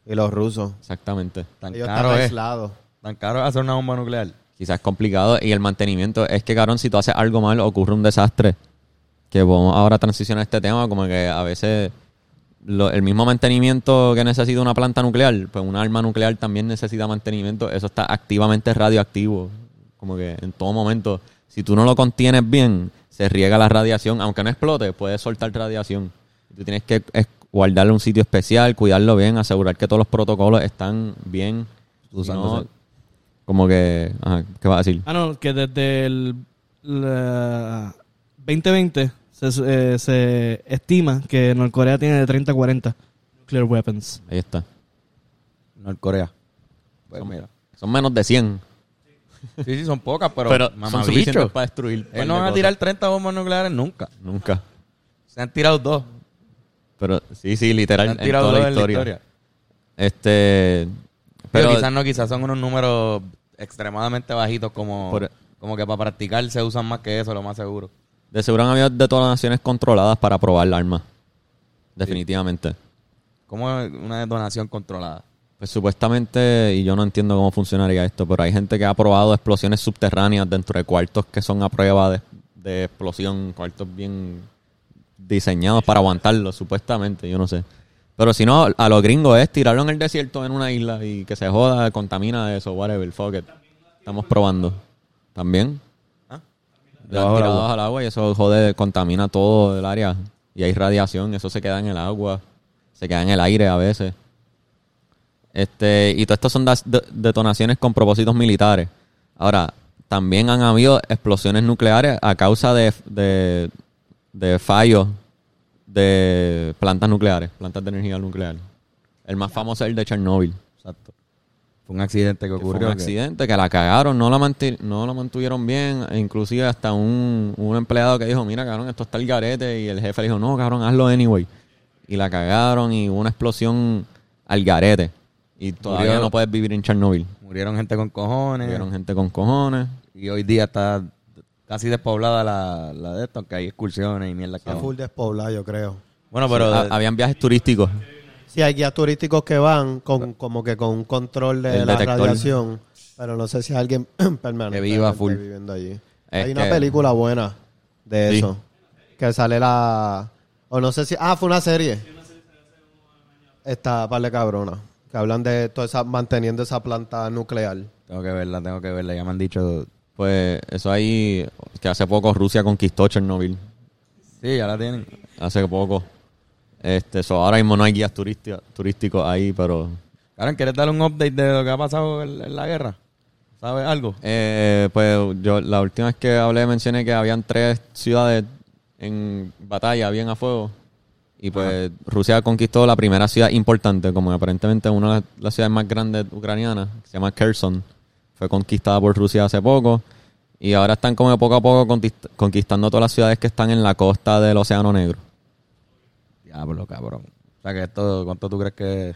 [SPEAKER 3] Y los rusos.
[SPEAKER 2] Exactamente.
[SPEAKER 1] Tan
[SPEAKER 3] Ellos
[SPEAKER 1] caro
[SPEAKER 3] están
[SPEAKER 1] es.
[SPEAKER 3] aislados.
[SPEAKER 1] Tan caro es hacer una bomba nuclear.
[SPEAKER 2] Quizás complicado. Y el mantenimiento. Es que, cabrón, si tú haces algo mal, ocurre un desastre. Que vamos ahora a transicionar a este tema, como que a veces lo- el mismo mantenimiento que necesita una planta nuclear, pues un arma nuclear también necesita mantenimiento. Eso está activamente radioactivo. Como que en todo momento, si tú no lo contienes bien, se riega la radiación. Aunque no explote, puede soltar radiación. Tú tienes que es- guardarlo en un sitio especial, cuidarlo bien, asegurar que todos los protocolos están bien.
[SPEAKER 1] Usándose.
[SPEAKER 2] No- como que. Ajá, ¿Qué vas a decir?
[SPEAKER 5] Ah, no, que desde el la 2020 se, eh, se estima que Norcorea tiene de 30 a 40 nuclear weapons.
[SPEAKER 2] Ahí está.
[SPEAKER 1] Norcorea. Pues mira.
[SPEAKER 2] Son menos de 100.
[SPEAKER 1] Sí, sí, son pocas, pero,
[SPEAKER 2] Pero son
[SPEAKER 1] mamabicho.
[SPEAKER 2] suficientes para destruir. un par
[SPEAKER 1] Ellos no
[SPEAKER 2] de
[SPEAKER 1] van a
[SPEAKER 2] cosas.
[SPEAKER 1] tirar 30 bombas nucleares nunca.
[SPEAKER 2] Nunca.
[SPEAKER 1] Se han tirado dos.
[SPEAKER 2] Pero sí, sí,
[SPEAKER 1] Se
[SPEAKER 2] literal.
[SPEAKER 1] han
[SPEAKER 2] en
[SPEAKER 1] tirado
[SPEAKER 2] toda
[SPEAKER 1] dos
[SPEAKER 2] la historia. Este.
[SPEAKER 1] Pero
[SPEAKER 2] Pero.
[SPEAKER 1] quizás no, quizás son unos números extremadamente bajitos como,
[SPEAKER 2] Por- e-
[SPEAKER 1] como que para practicar se usan más que eso, lo más seguro.
[SPEAKER 2] De seguro han habido detonaciones controladas para probar la arma. Definitivamente.
[SPEAKER 1] Como una detonación controlada.
[SPEAKER 2] Pues supuestamente, y yo no entiendo cómo funcionaría esto, pero hay gente que ha probado explosiones subterráneas dentro de cuartos que son a prueba de, de explosión, cuartos bien diseñados para aguantarlo, supuestamente, yo no sé. Pero si no, a los gringos es tirarlo en el desierto en una isla y que se joda, contamina eso, whatever, fuck it. Estamos probando. ¿También? Lo han
[SPEAKER 1] Debajo del
[SPEAKER 2] tirado
[SPEAKER 1] agua.
[SPEAKER 2] al agua y eso jode, contamina todo el área. Y hay radiación, eso se queda en el agua, se queda en el aire a veces. Este, y todas estas son das- de- detonaciones con propósitos militares. Ahora, también han habido explosiones nucleares a causa de, de, de fallos de plantas nucleares, plantas de energía nuclear. El más famoso es el de Chernóbil.
[SPEAKER 1] Exacto. Fue un accidente que
[SPEAKER 2] que Fue
[SPEAKER 1] ocurrió.
[SPEAKER 2] un
[SPEAKER 1] que-
[SPEAKER 2] accidente que la cagaron, no la, manti- no la mantuvieron bien. e Inclusive hasta un, un empleado que dijo, mira, cabrón, esto está el garete. Y el jefe le dijo, no, cabrón, hazlo anyway. Y la cagaron y hubo una explosión al garete. Y todavía
[SPEAKER 1] Murió- Eh.
[SPEAKER 2] no puedes vivir en Chernobyl.
[SPEAKER 1] Murieron gente con cojones.
[SPEAKER 2] Vieron gente con cojones.
[SPEAKER 1] Y hoy día está casi despoblada la, la de esto, aunque hay excursiones y mierda. que ah,
[SPEAKER 6] Está
[SPEAKER 1] van.
[SPEAKER 6] full despoblado, yo creo.
[SPEAKER 1] Bueno, pero
[SPEAKER 2] Ha- habían viajes turísticos.
[SPEAKER 6] Sí, hay guías turísticos que van con, como que con un control de
[SPEAKER 2] El
[SPEAKER 6] la
[SPEAKER 2] detector.
[SPEAKER 6] radiación, pero no sé si alguien permanente
[SPEAKER 1] Que viva full.
[SPEAKER 6] viviendo allí.
[SPEAKER 2] Es
[SPEAKER 6] hay una
[SPEAKER 2] que-
[SPEAKER 6] película buena de
[SPEAKER 2] Sí.
[SPEAKER 6] eso, que sale la... O no sé si... Ah, fue una serie. Esta par de cabrona, que hablan de toda esa, manteniendo esa planta nuclear.
[SPEAKER 1] tengo que verla, tengo que verla. Ya me han dicho.
[SPEAKER 2] Pues eso ahí, que hace poco Rusia conquistó Chernobyl.
[SPEAKER 1] Sí, ya la tienen.
[SPEAKER 2] Hace poco. Este, so, ahora mismo no hay guías turística- turísticos ahí, pero...
[SPEAKER 1] Karen, ¿quieres dar un update de lo que ha pasado en, en la guerra? ¿Sabes algo?
[SPEAKER 2] Eh, pues yo la última vez que hablé mencioné que habían tres ciudades en batalla, bien a fuego. Y pues Rusia conquistó la primera ciudad importante, como aparentemente una de las, las ciudades más grandes ucranianas, que se llama Kherson. Fue conquistada por Rusia hace poco. Y ahora están como que poco a poco contist- conquistando todas las ciudades que están en la costa del Océano Negro.
[SPEAKER 1] Diablo, cabrón. O sea, que esto, ¿cuánto tú crees que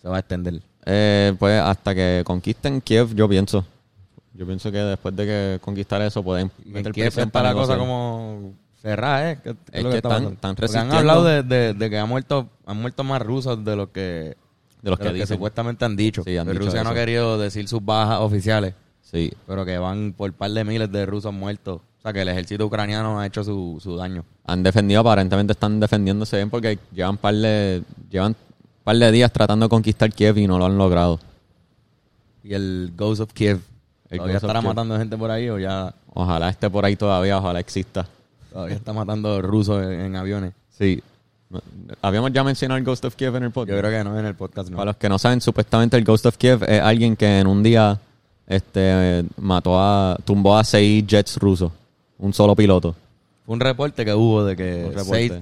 [SPEAKER 1] se va a extender?
[SPEAKER 2] Eh, pues hasta que conquisten Kiev, yo pienso. Yo pienso que después de que conquistar eso pueden
[SPEAKER 1] Y
[SPEAKER 2] meter
[SPEAKER 1] en Kiev
[SPEAKER 2] presión
[SPEAKER 1] está
[SPEAKER 2] para
[SPEAKER 1] la cosa
[SPEAKER 2] negociar.
[SPEAKER 1] como cerrada, ¿eh? ¿Qué- qué
[SPEAKER 2] Es
[SPEAKER 1] lo
[SPEAKER 2] que
[SPEAKER 1] está
[SPEAKER 2] están-
[SPEAKER 1] pasando?
[SPEAKER 2] están
[SPEAKER 1] Porque
[SPEAKER 2] resistiendo.
[SPEAKER 1] Han hablado de, de- de que han muerto, han muerto más rusos de lo que,
[SPEAKER 2] de los
[SPEAKER 1] de
[SPEAKER 2] que,
[SPEAKER 1] lo que
[SPEAKER 2] dicen.
[SPEAKER 1] supuestamente han dicho.
[SPEAKER 2] Sí, han
[SPEAKER 1] Pero
[SPEAKER 2] dicho
[SPEAKER 1] Rusia no ha
[SPEAKER 2] eso.
[SPEAKER 1] querido decir sus bajas oficiales,
[SPEAKER 2] Sí,
[SPEAKER 1] pero que van por par de miles de rusos muertos. O sea, que el ejército ucraniano ha hecho su, su daño.
[SPEAKER 2] han defendido, aparentemente están defendiéndose bien porque llevan par de, llevan par de días tratando de conquistar Kiev y no lo han logrado.
[SPEAKER 1] Y el Ghost of Kiev.
[SPEAKER 2] El
[SPEAKER 1] ¿Todavía
[SPEAKER 2] Ghost of
[SPEAKER 1] estará
[SPEAKER 2] Kiev.
[SPEAKER 1] matando gente por ahí o ya
[SPEAKER 2] Ojalá esté por ahí todavía, ojalá exista.
[SPEAKER 1] todavía está matando rusos en, en aviones?
[SPEAKER 2] Sí. Habíamos ya mencionado el Ghost of Kiev en el podcast.
[SPEAKER 1] Yo creo que no en el podcast, no.
[SPEAKER 2] Para los que no saben, supuestamente el Ghost of Kiev es alguien que en un día este, mató a, tumbó a seis jets rusos. Un solo piloto.
[SPEAKER 1] Fue un reporte que hubo de
[SPEAKER 2] Un
[SPEAKER 1] que
[SPEAKER 2] reporte.
[SPEAKER 1] seis,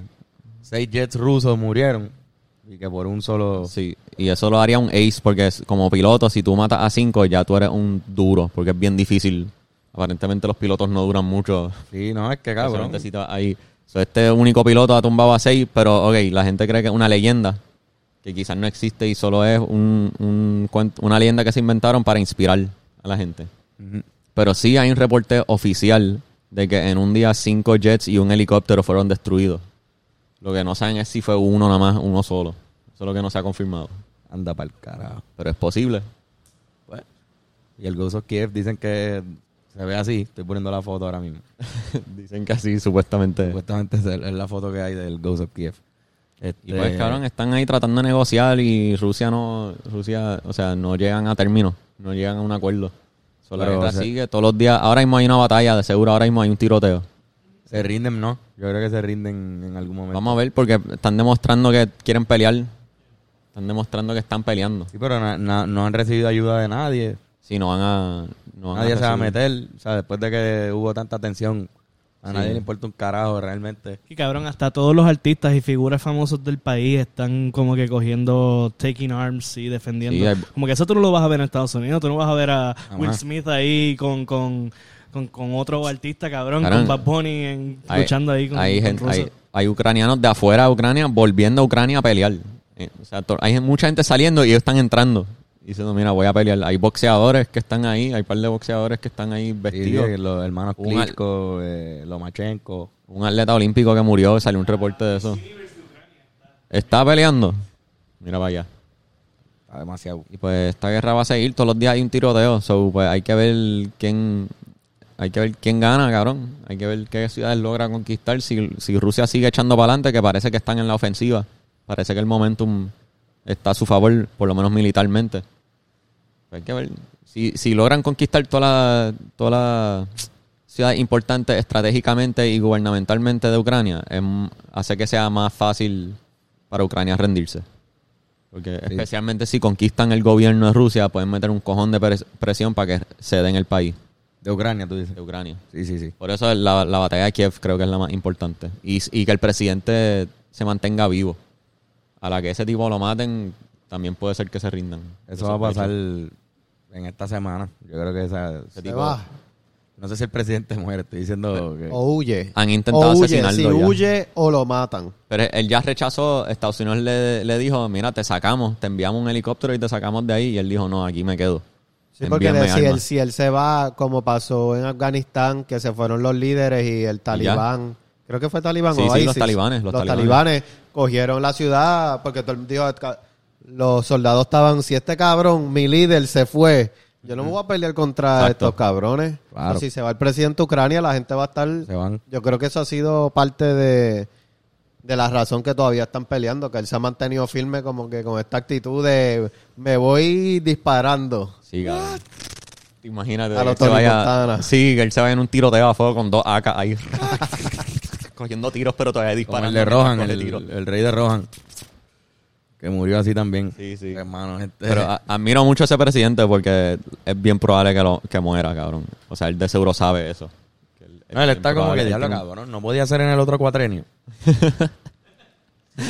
[SPEAKER 1] seis jets rusos murieron y que por un solo...
[SPEAKER 2] Sí, y eso lo haría un ace porque es- como piloto, si tú matas a cinco, ya tú eres un duro, porque es bien difícil. Aparentemente los pilotos no duran mucho.
[SPEAKER 1] Sí, no, es que cabrón.
[SPEAKER 2] Especialmente si te vas ahí. So, este único piloto ha tumbado a seis, pero ok, la gente cree que es una leyenda, que quizás no existe y solo es un, un cuento- una leyenda que se inventaron para inspirar a la gente. Pero sí hay un reporte oficial de que en un día cinco jets y un helicóptero fueron destruidos. Lo que no saben es si fue uno nada más, uno solo. Eso es lo que no se ha confirmado.
[SPEAKER 1] Anda para el carajo.
[SPEAKER 2] Pero es posible.
[SPEAKER 1] Pues, y el Ghost of Kiev dicen que se ve así. Estoy poniendo la foto ahora mismo.
[SPEAKER 2] Dicen que así,
[SPEAKER 1] Este,
[SPEAKER 2] supuestamente.
[SPEAKER 1] Supuestamente es el- es la foto que hay del Ghost of Kiev.
[SPEAKER 2] Y pues,
[SPEAKER 1] Este,
[SPEAKER 2] cabrón, están ahí tratando de negociar y Rusia no, Rusia, o sea, no llegan a término, no llegan a un acuerdo. So, la
[SPEAKER 1] Pero,
[SPEAKER 2] guerra
[SPEAKER 1] o sea-
[SPEAKER 2] sigue todos los días. Ahora mismo hay una batalla, de seguro ahora mismo hay un tiroteo.
[SPEAKER 1] Se rinden, ¿no? Yo creo que se rinden en algún momento.
[SPEAKER 2] Vamos a ver, porque están demostrando que quieren pelear. Están demostrando que están peleando.
[SPEAKER 1] Sí, pero na- na- no han recibido ayuda de nadie.
[SPEAKER 2] Si no van a. No van
[SPEAKER 1] nadie se va a
[SPEAKER 2] recibir.
[SPEAKER 1] meter. O sea, después de que hubo tanta tensión, a
[SPEAKER 2] Sí.
[SPEAKER 1] nadie le importa un carajo realmente.
[SPEAKER 5] Y cabrón, hasta todos los artistas y figuras famosos del país están como que cogiendo taking arms y defendiendo.
[SPEAKER 2] Sí, hay-
[SPEAKER 5] Como que eso tú no lo vas a ver en Estados Unidos, tú no vas a ver a Will
[SPEAKER 1] Jamás.
[SPEAKER 5] Smith ahí con, con, con, con otro artista, cabrón,
[SPEAKER 2] Cabrón.
[SPEAKER 5] con Bad Bunny en-
[SPEAKER 2] Hay-
[SPEAKER 5] luchando ahí con,
[SPEAKER 2] hay,
[SPEAKER 5] con
[SPEAKER 2] gente-
[SPEAKER 5] Rusia.
[SPEAKER 2] hay, hay ucranianos de afuera de Ucrania volviendo a Ucrania a pelear. Eh, O sea, to- hay mucha gente saliendo y ellos están entrando. Y Diciendo, mira, voy a pelear. Hay boxeadores que están ahí, hay un par de boxeadores que están ahí
[SPEAKER 1] Sí,
[SPEAKER 2] vestidos.
[SPEAKER 1] sí, los hermanos
[SPEAKER 2] Un al-
[SPEAKER 1] Klitschko, eh, Lomachenko.
[SPEAKER 2] Un atleta olímpico que murió, salió un reporte de eso. Está peleando. Mira para allá.
[SPEAKER 1] Está demasiado.
[SPEAKER 2] Y pues esta guerra va a seguir, todos los días hay un tiroteo, so pues hay que ver quién hay que ver quién gana, cabrón. Hay que ver qué ciudades logra conquistar si, si Rusia sigue echando para adelante, que parece que están en la ofensiva. Parece que el momentum está a su favor, por lo menos militarmente. Pues hay que ver si, si logran conquistar todas las todas las ciudades importantes estratégicamente y gubernamentalmente de Ucrania, em, hace que sea más fácil para Ucrania rendirse. Porque especialmente si conquistan el gobierno de Rusia, pueden meter un cojón de pres- presión para que ceden el país
[SPEAKER 1] De Ucrania, tú dices.
[SPEAKER 2] de Ucrania.
[SPEAKER 1] Sí, sí, sí.
[SPEAKER 2] Por eso la, la batalla de Kiev creo que es la más importante. Y, y que el presidente se mantenga vivo. A la que ese tipo lo maten, también puede ser que se rindan.
[SPEAKER 1] Eso
[SPEAKER 2] Yo
[SPEAKER 1] va a
[SPEAKER 2] sospecho.
[SPEAKER 1] pasar en esta semana. Yo creo que esa.
[SPEAKER 2] Ese
[SPEAKER 6] Se
[SPEAKER 2] tipo-
[SPEAKER 6] va.
[SPEAKER 1] No sé si el presidente muere, estoy diciendo que.
[SPEAKER 6] O huye.
[SPEAKER 2] Han intentado
[SPEAKER 6] o huye.
[SPEAKER 2] asesinarlo
[SPEAKER 6] Si
[SPEAKER 2] ya.
[SPEAKER 6] huye o lo matan.
[SPEAKER 2] Pero él ya rechazó, Estados Unidos le, le dijo, mira, te sacamos, te enviamos un helicóptero y te sacamos de ahí. Y él dijo, no, aquí me quedo.
[SPEAKER 6] Sí, porque
[SPEAKER 2] Envíame
[SPEAKER 6] de- si
[SPEAKER 2] armas".
[SPEAKER 6] él, si él se va, como pasó en Afganistán, que se fueron los líderes y el talibán, creo que fue talibán
[SPEAKER 2] Sí,
[SPEAKER 6] o
[SPEAKER 2] sí, los
[SPEAKER 6] ISIS.
[SPEAKER 2] talibanes, los
[SPEAKER 6] Los
[SPEAKER 2] talibanes.
[SPEAKER 6] talibanes cogieron la ciudad porque todo el- dijo, "Ca- los soldados estaban, si este cabrón, mi líder, se fue, yo no me voy a pelear contra
[SPEAKER 2] Exacto.
[SPEAKER 6] estos cabrones.
[SPEAKER 1] Claro.
[SPEAKER 6] Pero Si se va el presidente de Ucrania, la gente va a estar...
[SPEAKER 1] Se van.
[SPEAKER 6] Yo creo que eso ha sido parte de, de la razón que todavía están peleando, que él se ha mantenido firme como que con esta actitud de me voy disparando.
[SPEAKER 2] Sí, cabrón. Imagínate.
[SPEAKER 6] A
[SPEAKER 2] que
[SPEAKER 6] lo
[SPEAKER 2] él
[SPEAKER 6] Tony
[SPEAKER 2] vaya-
[SPEAKER 6] Montana.
[SPEAKER 2] Sí, que él se vaya en un tiroteo a fuego con dos AK ahí. cogiendo tiros, pero todavía
[SPEAKER 1] Como
[SPEAKER 2] disparando.
[SPEAKER 1] el de Rohan,
[SPEAKER 2] Coge
[SPEAKER 1] el,
[SPEAKER 2] tiro.
[SPEAKER 1] el rey de Rohan. Que murió así también.
[SPEAKER 2] Sí, sí.
[SPEAKER 1] Hermano, este, gente.
[SPEAKER 2] Pero ah, a- admiro mucho a ese presidente porque es bien probable que, lo, que muera, cabrón. O sea, él de seguro sabe eso. Que él-
[SPEAKER 1] no, él
[SPEAKER 2] es
[SPEAKER 1] está
[SPEAKER 2] bien
[SPEAKER 1] como
[SPEAKER 2] probable,
[SPEAKER 1] que
[SPEAKER 2] él
[SPEAKER 1] diablo,
[SPEAKER 2] tiene un-
[SPEAKER 1] cabrón. No podía ser en el otro cuatrenio.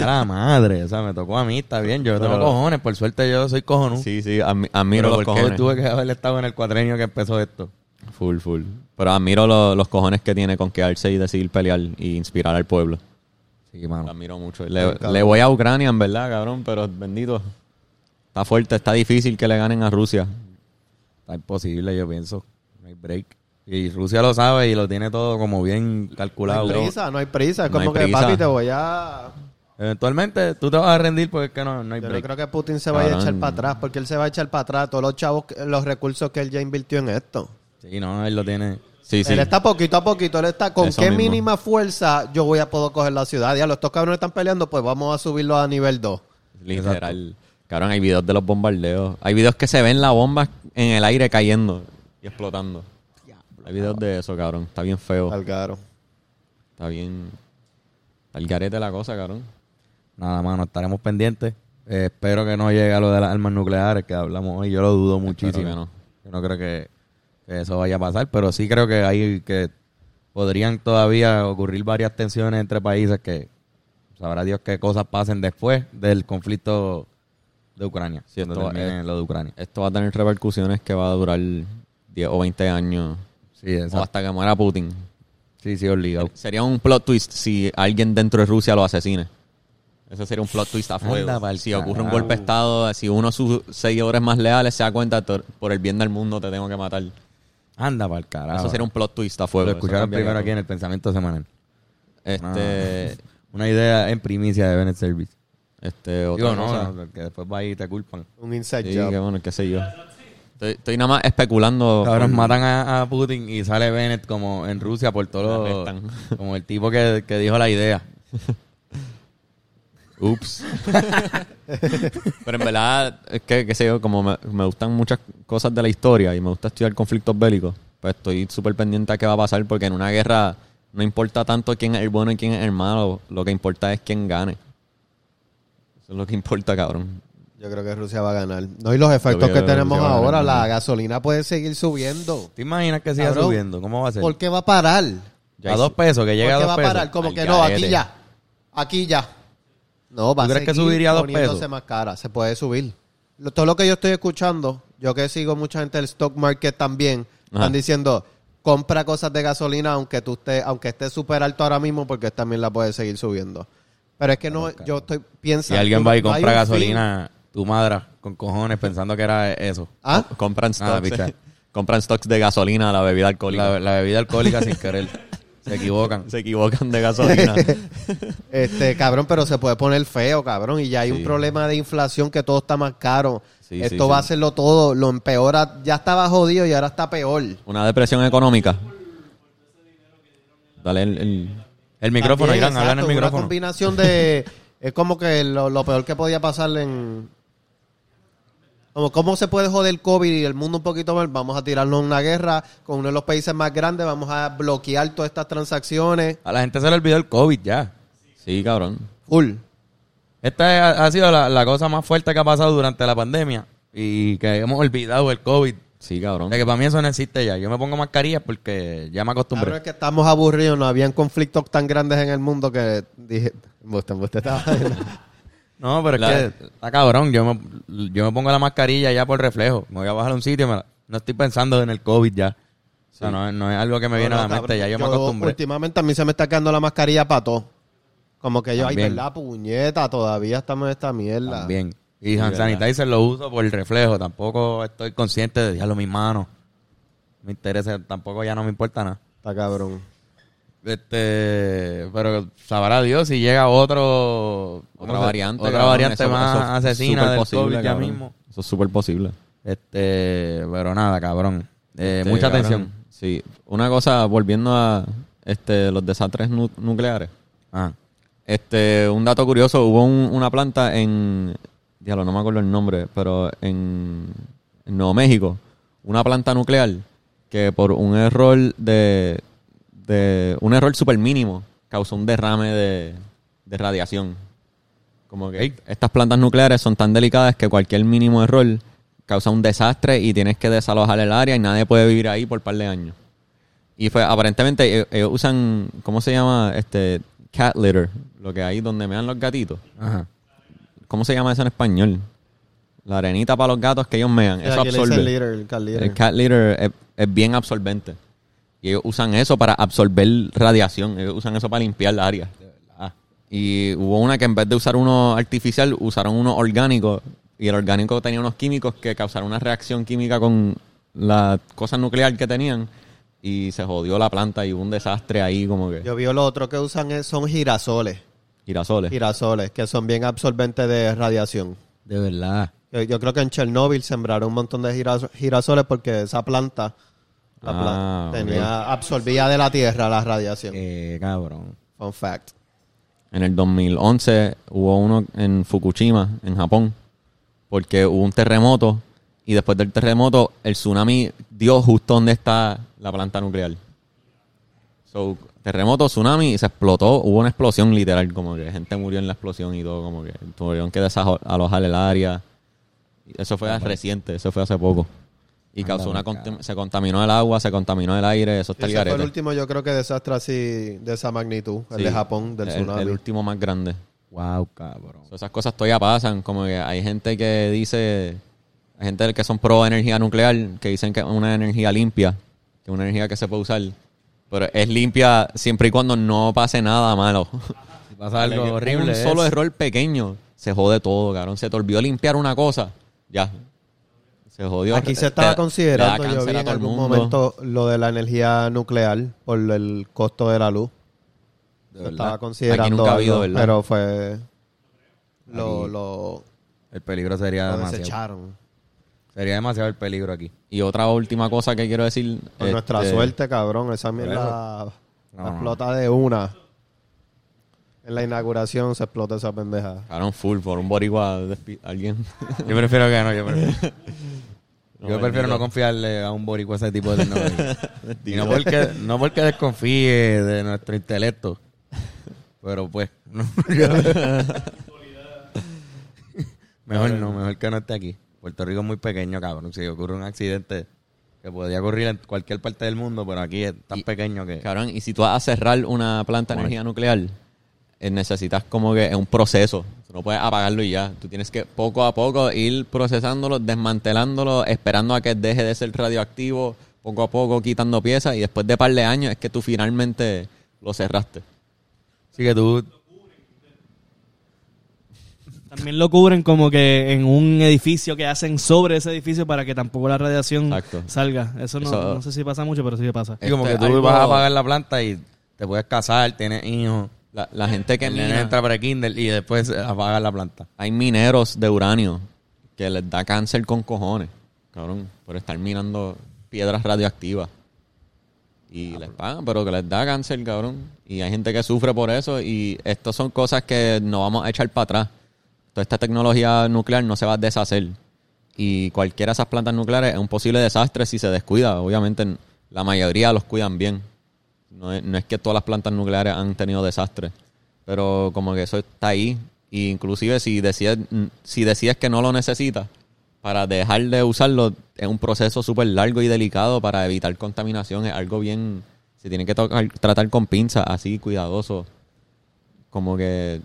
[SPEAKER 1] A la madre, o sea, me tocó a mí, está bien. Yo tengo
[SPEAKER 2] Pero-
[SPEAKER 1] cojones, por suerte yo soy cojonú.
[SPEAKER 2] Sí, sí, admi- admiro
[SPEAKER 1] Pero
[SPEAKER 2] los
[SPEAKER 1] ¿por qué
[SPEAKER 2] cojones.
[SPEAKER 1] tuve que haber estado en el cuatrenio que empezó esto?
[SPEAKER 2] Full, full. Pero admiro lo- los cojones que tiene con quedarse y decidir pelear y inspirar al pueblo.
[SPEAKER 1] Sí, mano.
[SPEAKER 2] Lo admiro mucho. Le, le voy a Ucrania, en verdad, cabrón, pero bendito. Está fuerte, está difícil que le ganen a Rusia.
[SPEAKER 1] Está imposible, yo pienso. No hay break. Y Rusia lo sabe y lo tiene todo como bien calculado.
[SPEAKER 6] No hay prisa, no hay prisa. Es
[SPEAKER 2] No hay
[SPEAKER 6] como que,
[SPEAKER 2] prisa.
[SPEAKER 6] papi, te voy a...
[SPEAKER 1] Eventualmente tú te vas a rendir porque es que no, no hay
[SPEAKER 6] Yo no
[SPEAKER 1] break.
[SPEAKER 6] creo que Putin se vaya a
[SPEAKER 2] Cabrón.
[SPEAKER 6] echar para atrás, porque él se va a echar para atrás todos los chavos, que- los recursos que él ya invirtió en esto.
[SPEAKER 1] Sí, no, él lo tiene.
[SPEAKER 2] Sí, sí.
[SPEAKER 6] Él está poquito a poquito, él está con
[SPEAKER 2] Eso
[SPEAKER 6] qué
[SPEAKER 2] mismo.
[SPEAKER 6] mínima fuerza yo voy a poder coger la ciudad. Ya, los estos cabrones están peleando, pues vamos a subirlo a nivel 2.
[SPEAKER 2] Literal. Cabrón, hay videos de los bombardeos. Hay videos que se ven la bomba en el aire cayendo y explotando. Hay videos de eso, cabrón. Está bien feo.
[SPEAKER 6] Al caro.
[SPEAKER 2] Está bien. Está el garete la cosa, cabrón.
[SPEAKER 1] Nada, mano, estaremos pendientes. Eh, espero que no llegue a lo de las armas nucleares que hablamos hoy. Yo lo dudo muchísimo.
[SPEAKER 2] que no.
[SPEAKER 1] Yo no creo que, que eso vaya a pasar, pero sí creo que hay que podrían todavía ocurrir varias tensiones entre países que sabrá Dios qué cosas pasen después del conflicto de Ucrania.
[SPEAKER 2] Sí, esto
[SPEAKER 1] cuando
[SPEAKER 2] va-
[SPEAKER 1] termine
[SPEAKER 2] eh,
[SPEAKER 1] lo de Ucrania.
[SPEAKER 2] Esto va a tener repercusiones que va a durar 10 o 20 años.
[SPEAKER 1] Sí,
[SPEAKER 2] O
[SPEAKER 1] exacto.
[SPEAKER 2] hasta que muera Putin.
[SPEAKER 1] Sí, sí, obligado.
[SPEAKER 2] Sería un plot twist si alguien dentro de Rusia lo asesine. Eso sería un plot twist a
[SPEAKER 1] Anda
[SPEAKER 2] fuego.
[SPEAKER 1] pa'l
[SPEAKER 2] Si ocurre un
[SPEAKER 1] carajo.
[SPEAKER 2] golpe de estado, si uno de sus seguidores más leales se da cuenta, "Tor- por el bien del mundo te tengo que matar.
[SPEAKER 1] Anda para el carajo.
[SPEAKER 2] Ah, Eso sería un plot twist a
[SPEAKER 1] Lo
[SPEAKER 2] fuego.
[SPEAKER 1] escucharon
[SPEAKER 2] Eso
[SPEAKER 1] primero aquí Ah.
[SPEAKER 2] cambia
[SPEAKER 1] en el pensamiento semanal.
[SPEAKER 2] todo. Este,
[SPEAKER 1] Una idea en primicia de Bennett Service.
[SPEAKER 2] Este, otra
[SPEAKER 1] Digo, no,
[SPEAKER 2] cosa.
[SPEAKER 1] no, que después va y te culpan.
[SPEAKER 6] Un inside
[SPEAKER 2] Sí,
[SPEAKER 6] job.
[SPEAKER 2] qué bueno, qué sé yo. Estoy, estoy nada más especulando.
[SPEAKER 1] Cabros,
[SPEAKER 2] con-
[SPEAKER 1] matan a, a Putin y sale Bennett como en Rusia por todo
[SPEAKER 2] Arrestan.
[SPEAKER 1] lo... Como el tipo que, que dijo la idea.
[SPEAKER 2] Ups. Pero en verdad, es que, qué sé yo, como me, me gustan muchas cosas de la historia y me gusta estudiar conflictos bélicos, pues estoy súper pendiente a qué va a pasar porque en una guerra no importa tanto quién es el bueno y quién es el malo, lo que importa es quién gane. Eso es lo que importa, cabrón.
[SPEAKER 6] Yo creo que Rusia va a ganar. No, y los efectos
[SPEAKER 2] creo
[SPEAKER 6] que
[SPEAKER 2] que
[SPEAKER 6] tenemos
[SPEAKER 2] Rusia va a ganar
[SPEAKER 6] ahora, la
[SPEAKER 2] también.
[SPEAKER 6] gasolina puede seguir subiendo.
[SPEAKER 1] ¿Te imaginas que siga
[SPEAKER 6] Cabrón,
[SPEAKER 1] subiendo? ¿Cómo va a ser?
[SPEAKER 6] ¿Por qué va a parar?
[SPEAKER 1] a dos pesos, que
[SPEAKER 6] ¿Por
[SPEAKER 1] llegue
[SPEAKER 6] qué
[SPEAKER 1] a
[SPEAKER 6] va
[SPEAKER 1] dos
[SPEAKER 6] a
[SPEAKER 1] pesos.
[SPEAKER 6] parar? Como
[SPEAKER 2] Al
[SPEAKER 6] que no, aquí
[SPEAKER 2] garete.
[SPEAKER 6] ya. Aquí ya. No, va
[SPEAKER 1] ¿Tú
[SPEAKER 6] a
[SPEAKER 1] crees que
[SPEAKER 6] seguir
[SPEAKER 1] subiría a dos
[SPEAKER 6] poniéndose
[SPEAKER 1] pesos?
[SPEAKER 6] más cara. Se puede subir. Lo- todo lo que yo estoy escuchando, yo que sigo mucha gente del stock market también,
[SPEAKER 2] Ajá.
[SPEAKER 6] están diciendo, compra cosas de gasolina aunque tú estés, aunque esté súper alto ahora mismo, porque también la puedes seguir subiendo. Pero es que no, yo estoy,
[SPEAKER 1] Si
[SPEAKER 6] piensa.
[SPEAKER 1] alguien
[SPEAKER 6] tú-
[SPEAKER 1] va y
[SPEAKER 6] no hay
[SPEAKER 1] compra
[SPEAKER 6] un fin.
[SPEAKER 1] gasolina, tu madre, con cojones, pensando que era eso.
[SPEAKER 6] ¿Ah?
[SPEAKER 2] Compran
[SPEAKER 1] Nada,
[SPEAKER 2] stocks.
[SPEAKER 1] picha.
[SPEAKER 2] compran stocks de gasolina, la bebida alcohólica.
[SPEAKER 1] La, la bebida alcohólica sin querer. Se equivocan.
[SPEAKER 2] Se equivocan de gasolina.
[SPEAKER 6] Este, cabrón, pero se puede poner feo, cabrón. Y ya hay un
[SPEAKER 2] Sí.
[SPEAKER 6] problema de inflación que todo está más caro.
[SPEAKER 2] Sí,
[SPEAKER 6] Esto
[SPEAKER 2] sí,
[SPEAKER 6] va a
[SPEAKER 2] sí.
[SPEAKER 6] hacerlo todo. Lo empeora. Ya estaba jodido y ahora está peor.
[SPEAKER 2] una depresión económica. Dale el- el
[SPEAKER 1] El micrófono,
[SPEAKER 6] También,
[SPEAKER 1] Irán, habla en el
[SPEAKER 6] exacto, Una
[SPEAKER 1] micrófono.
[SPEAKER 6] combinación de... es como que lo, lo peor que podía pasar en... Como, ¿Cómo se puede joder el COVID y el mundo un poquito más? Vamos a tirarnos a una guerra con uno de los países más grandes. Vamos a bloquear todas estas transacciones.
[SPEAKER 1] A la gente se le olvidó el COVID ya.
[SPEAKER 2] Sí, cabrón.
[SPEAKER 6] Full.
[SPEAKER 1] Esta ha, ha sido la, la cosa más fuerte que ha pasado durante la pandemia y que hemos olvidado el COVID.
[SPEAKER 2] Sí, cabrón.
[SPEAKER 1] O sea, que para mí eso no existe ya. Yo me pongo mascarillas porque ya me acostumbré.
[SPEAKER 6] Claro, es que estamos aburridos, no habían conflictos tan grandes en el mundo que dije, "Embuste, embuste, estaba viendo".
[SPEAKER 1] No, pero
[SPEAKER 2] La-
[SPEAKER 1] es que está cabrón. Yo me, yo me pongo la mascarilla ya por reflejo. Me voy a bajar a un sitio y me la- no estoy pensando en el COVID ya. O sea, no, no es algo que me viene a la
[SPEAKER 6] No,
[SPEAKER 1] mente. Ya yo, me
[SPEAKER 6] cabrón,
[SPEAKER 1] acostumbré.
[SPEAKER 6] Últimamente a mí se me está quedando la mascarilla para todo. Como que yo, ay,
[SPEAKER 1] También.
[SPEAKER 6] verdad, puñeta, todavía estamos en esta mierda.
[SPEAKER 1] También. Y hand sanitizer lo uso por el reflejo. Tampoco estoy consciente de dejarlo en mis manos. Me interesa, tampoco ya no me importa nada.
[SPEAKER 6] Está cabrón.
[SPEAKER 1] Este, pero sabrá Dios si llega otro
[SPEAKER 2] Otra variante.
[SPEAKER 1] otra
[SPEAKER 2] cabrón.
[SPEAKER 1] variante
[SPEAKER 2] Eso-
[SPEAKER 1] más
[SPEAKER 2] eso es
[SPEAKER 1] asesina
[SPEAKER 2] súper
[SPEAKER 1] del
[SPEAKER 2] posible,
[SPEAKER 1] COVID ya
[SPEAKER 2] cabrón.
[SPEAKER 1] mismo.
[SPEAKER 2] Eso es súper posible.
[SPEAKER 1] Este, pero nada, cabrón. Eh,
[SPEAKER 2] Este,
[SPEAKER 1] mucha
[SPEAKER 2] cabrón,
[SPEAKER 1] atención.
[SPEAKER 2] Sí. Una cosa, volviendo a este, los desastres nu- nucleares.
[SPEAKER 1] Ajá.
[SPEAKER 2] Este, un dato curioso, hubo un- una planta en, diablo, no me acuerdo el nombre, pero en, en Nuevo México, una planta nuclear que por un error de, de un error súper mínimo causó un derrame de, de radiación. Como que estas plantas nucleares son tan delicadas que cualquier mínimo error causa un desastre y tienes que desalojar el área y nadie puede vivir ahí por un par de años. Y fue, aparentemente e- ellos usan, ¿cómo se llama? Este, cat litter, lo que hay donde mean los gatitos.
[SPEAKER 1] Ajá.
[SPEAKER 2] ¿Cómo se llama eso en español? La arenita para los gatos que ellos mean.
[SPEAKER 6] Sí,
[SPEAKER 2] eso
[SPEAKER 6] aquí le dicen
[SPEAKER 2] absorbe.
[SPEAKER 6] litter, el cat litter.
[SPEAKER 2] El cat litter es, es bien absorbente. Y ellos usan eso para absorber radiación. Ellos usan eso para limpiar la área. Y hubo una que en vez de usar uno artificial, usaron uno orgánico. Y el orgánico tenía unos químicos que causaron una reacción química con la cosa nuclear que tenían. Y se jodió la planta y hubo un desastre ahí como que...
[SPEAKER 6] Yo vi lo otro que usan es- son girasoles.
[SPEAKER 2] Girasoles.
[SPEAKER 6] Girasoles, que son bien absorbentes de radiación.
[SPEAKER 1] De verdad.
[SPEAKER 6] Yo, yo creo que en Chernóbil sembraron un montón de giraso- girasoles porque esa planta, la
[SPEAKER 2] Ah,
[SPEAKER 6] planta tenía, absorbía de la tierra la radiación.
[SPEAKER 1] Eh, cabrón.
[SPEAKER 6] Fun fact.
[SPEAKER 2] En el 2011 hubo uno en Fukushima, en Japón, porque hubo un terremoto y después del terremoto el tsunami dio justo donde está la planta nuclear. So, terremoto, tsunami y se explotó, hubo una explosión literal, como que gente murió en la explosión y todo, como que tuvieron que desalojar el área. Y Eso fue reciente, eso fue hace poco. Y causó una contem- se contaminó el agua, se contaminó el aire, eso está el
[SPEAKER 6] Ese fue el
[SPEAKER 2] garete.
[SPEAKER 6] último, yo creo que desastre así de esa magnitud, el
[SPEAKER 2] Sí,
[SPEAKER 6] de Japón, del
[SPEAKER 2] el-
[SPEAKER 6] tsunami.
[SPEAKER 2] el último más grande.
[SPEAKER 1] Wow, cabrón.
[SPEAKER 2] So, esas cosas todavía pasan, como que hay gente que dice, hay gente que son pro energía nuclear, que dicen que es una energía limpia, que es una energía que se puede usar, pero es limpia siempre y cuando no pase nada malo.
[SPEAKER 1] Si pasa algo
[SPEAKER 2] Con
[SPEAKER 1] horrible.
[SPEAKER 2] Un solo
[SPEAKER 1] es-
[SPEAKER 2] error pequeño, se jode todo, cabrón. Se te olvidó limpiar una cosa, ya. Se jodió.
[SPEAKER 6] Aquí
[SPEAKER 2] Te-
[SPEAKER 6] se estaba
[SPEAKER 2] te eh, da
[SPEAKER 6] considerando, yo
[SPEAKER 2] cáncer
[SPEAKER 6] vi
[SPEAKER 2] a
[SPEAKER 6] en
[SPEAKER 2] todo el
[SPEAKER 6] algún
[SPEAKER 2] mundo.
[SPEAKER 6] momento, lo de la energía nuclear por el costo de la luz.
[SPEAKER 1] De
[SPEAKER 6] Se
[SPEAKER 1] verdad.
[SPEAKER 6] estaba considerando
[SPEAKER 2] Aquí nunca ha habido,
[SPEAKER 6] algo,
[SPEAKER 2] ¿verdad?
[SPEAKER 6] pero fue... lo, lo,
[SPEAKER 1] El peligro sería
[SPEAKER 6] lo
[SPEAKER 1] demasiado.
[SPEAKER 6] desecharon.
[SPEAKER 1] Sería demasiado el peligro aquí.
[SPEAKER 2] Y otra última cosa que quiero decir.
[SPEAKER 6] Por nuestra
[SPEAKER 2] este,
[SPEAKER 6] suerte, cabrón. Esa mierda
[SPEAKER 1] No,
[SPEAKER 6] la
[SPEAKER 1] no.
[SPEAKER 6] explota de una. En la inauguración se explota esa pendeja.
[SPEAKER 2] Cabrón, full por un boricua despi- alguien.
[SPEAKER 1] Yo prefiero que no, yo prefiero.
[SPEAKER 2] No,
[SPEAKER 1] yo prefiero no
[SPEAKER 2] bendito.
[SPEAKER 1] confiarle a un boricua ese tipo de tecnología. y no porque, no porque desconfíe de nuestro intelecto. Pero pues, no, yo- mejor no, mejor que no esté aquí. Puerto Rico es muy pequeño, cabrón. Si ocurre un accidente que podría ocurrir en cualquier parte del mundo, pero aquí es tan
[SPEAKER 2] Y-
[SPEAKER 1] pequeño que...
[SPEAKER 2] Cabrón, y si tú vas a cerrar una planta de energía nuclear, eh, necesitas como que es un proceso. No puedes apagarlo y ya. Tú tienes que poco a poco ir procesándolo, desmantelándolo, esperando a que deje de ser radioactivo, poco a poco quitando piezas y después de par de años es que tú finalmente lo cerraste.
[SPEAKER 1] Así que tú...
[SPEAKER 5] También lo cubren como que en un edificio que hacen sobre ese edificio para que tampoco la radiación
[SPEAKER 2] Exacto.
[SPEAKER 5] salga. Eso no,
[SPEAKER 2] Eso-
[SPEAKER 5] no sé si pasa mucho, pero sí que pasa.
[SPEAKER 1] sí, como
[SPEAKER 2] Este,
[SPEAKER 1] que tú
[SPEAKER 2] algo-
[SPEAKER 1] vas a apagar la planta y te puedes casar, tienes hijos.
[SPEAKER 2] La, la gente que
[SPEAKER 1] El nene
[SPEAKER 2] mina-
[SPEAKER 1] entra para Kindle y después apagar la planta.
[SPEAKER 2] hay mineros de uranio que les da cáncer con cojones, cabrón, por estar minando piedras radioactivas. Y les pagan, pero que les da cáncer, cabrón. Y hay gente que sufre por eso y estas son cosas que no vamos a echar para atrás. Toda esta tecnología nuclear no se va a deshacer. Y cualquiera de esas plantas nucleares es un posible desastre si se descuida. Obviamente la mayoría los cuidan bien. No es, no es que todas las plantas nucleares han tenido desastres, pero como que eso está ahí. Y inclusive si decides, si decides que no lo necesitas, para dejar de usarlo es un proceso súper largo y delicado para evitar contaminación. Es algo bien... Se tiene que tocar- tratar con pinzas, así, cuidadoso. Como que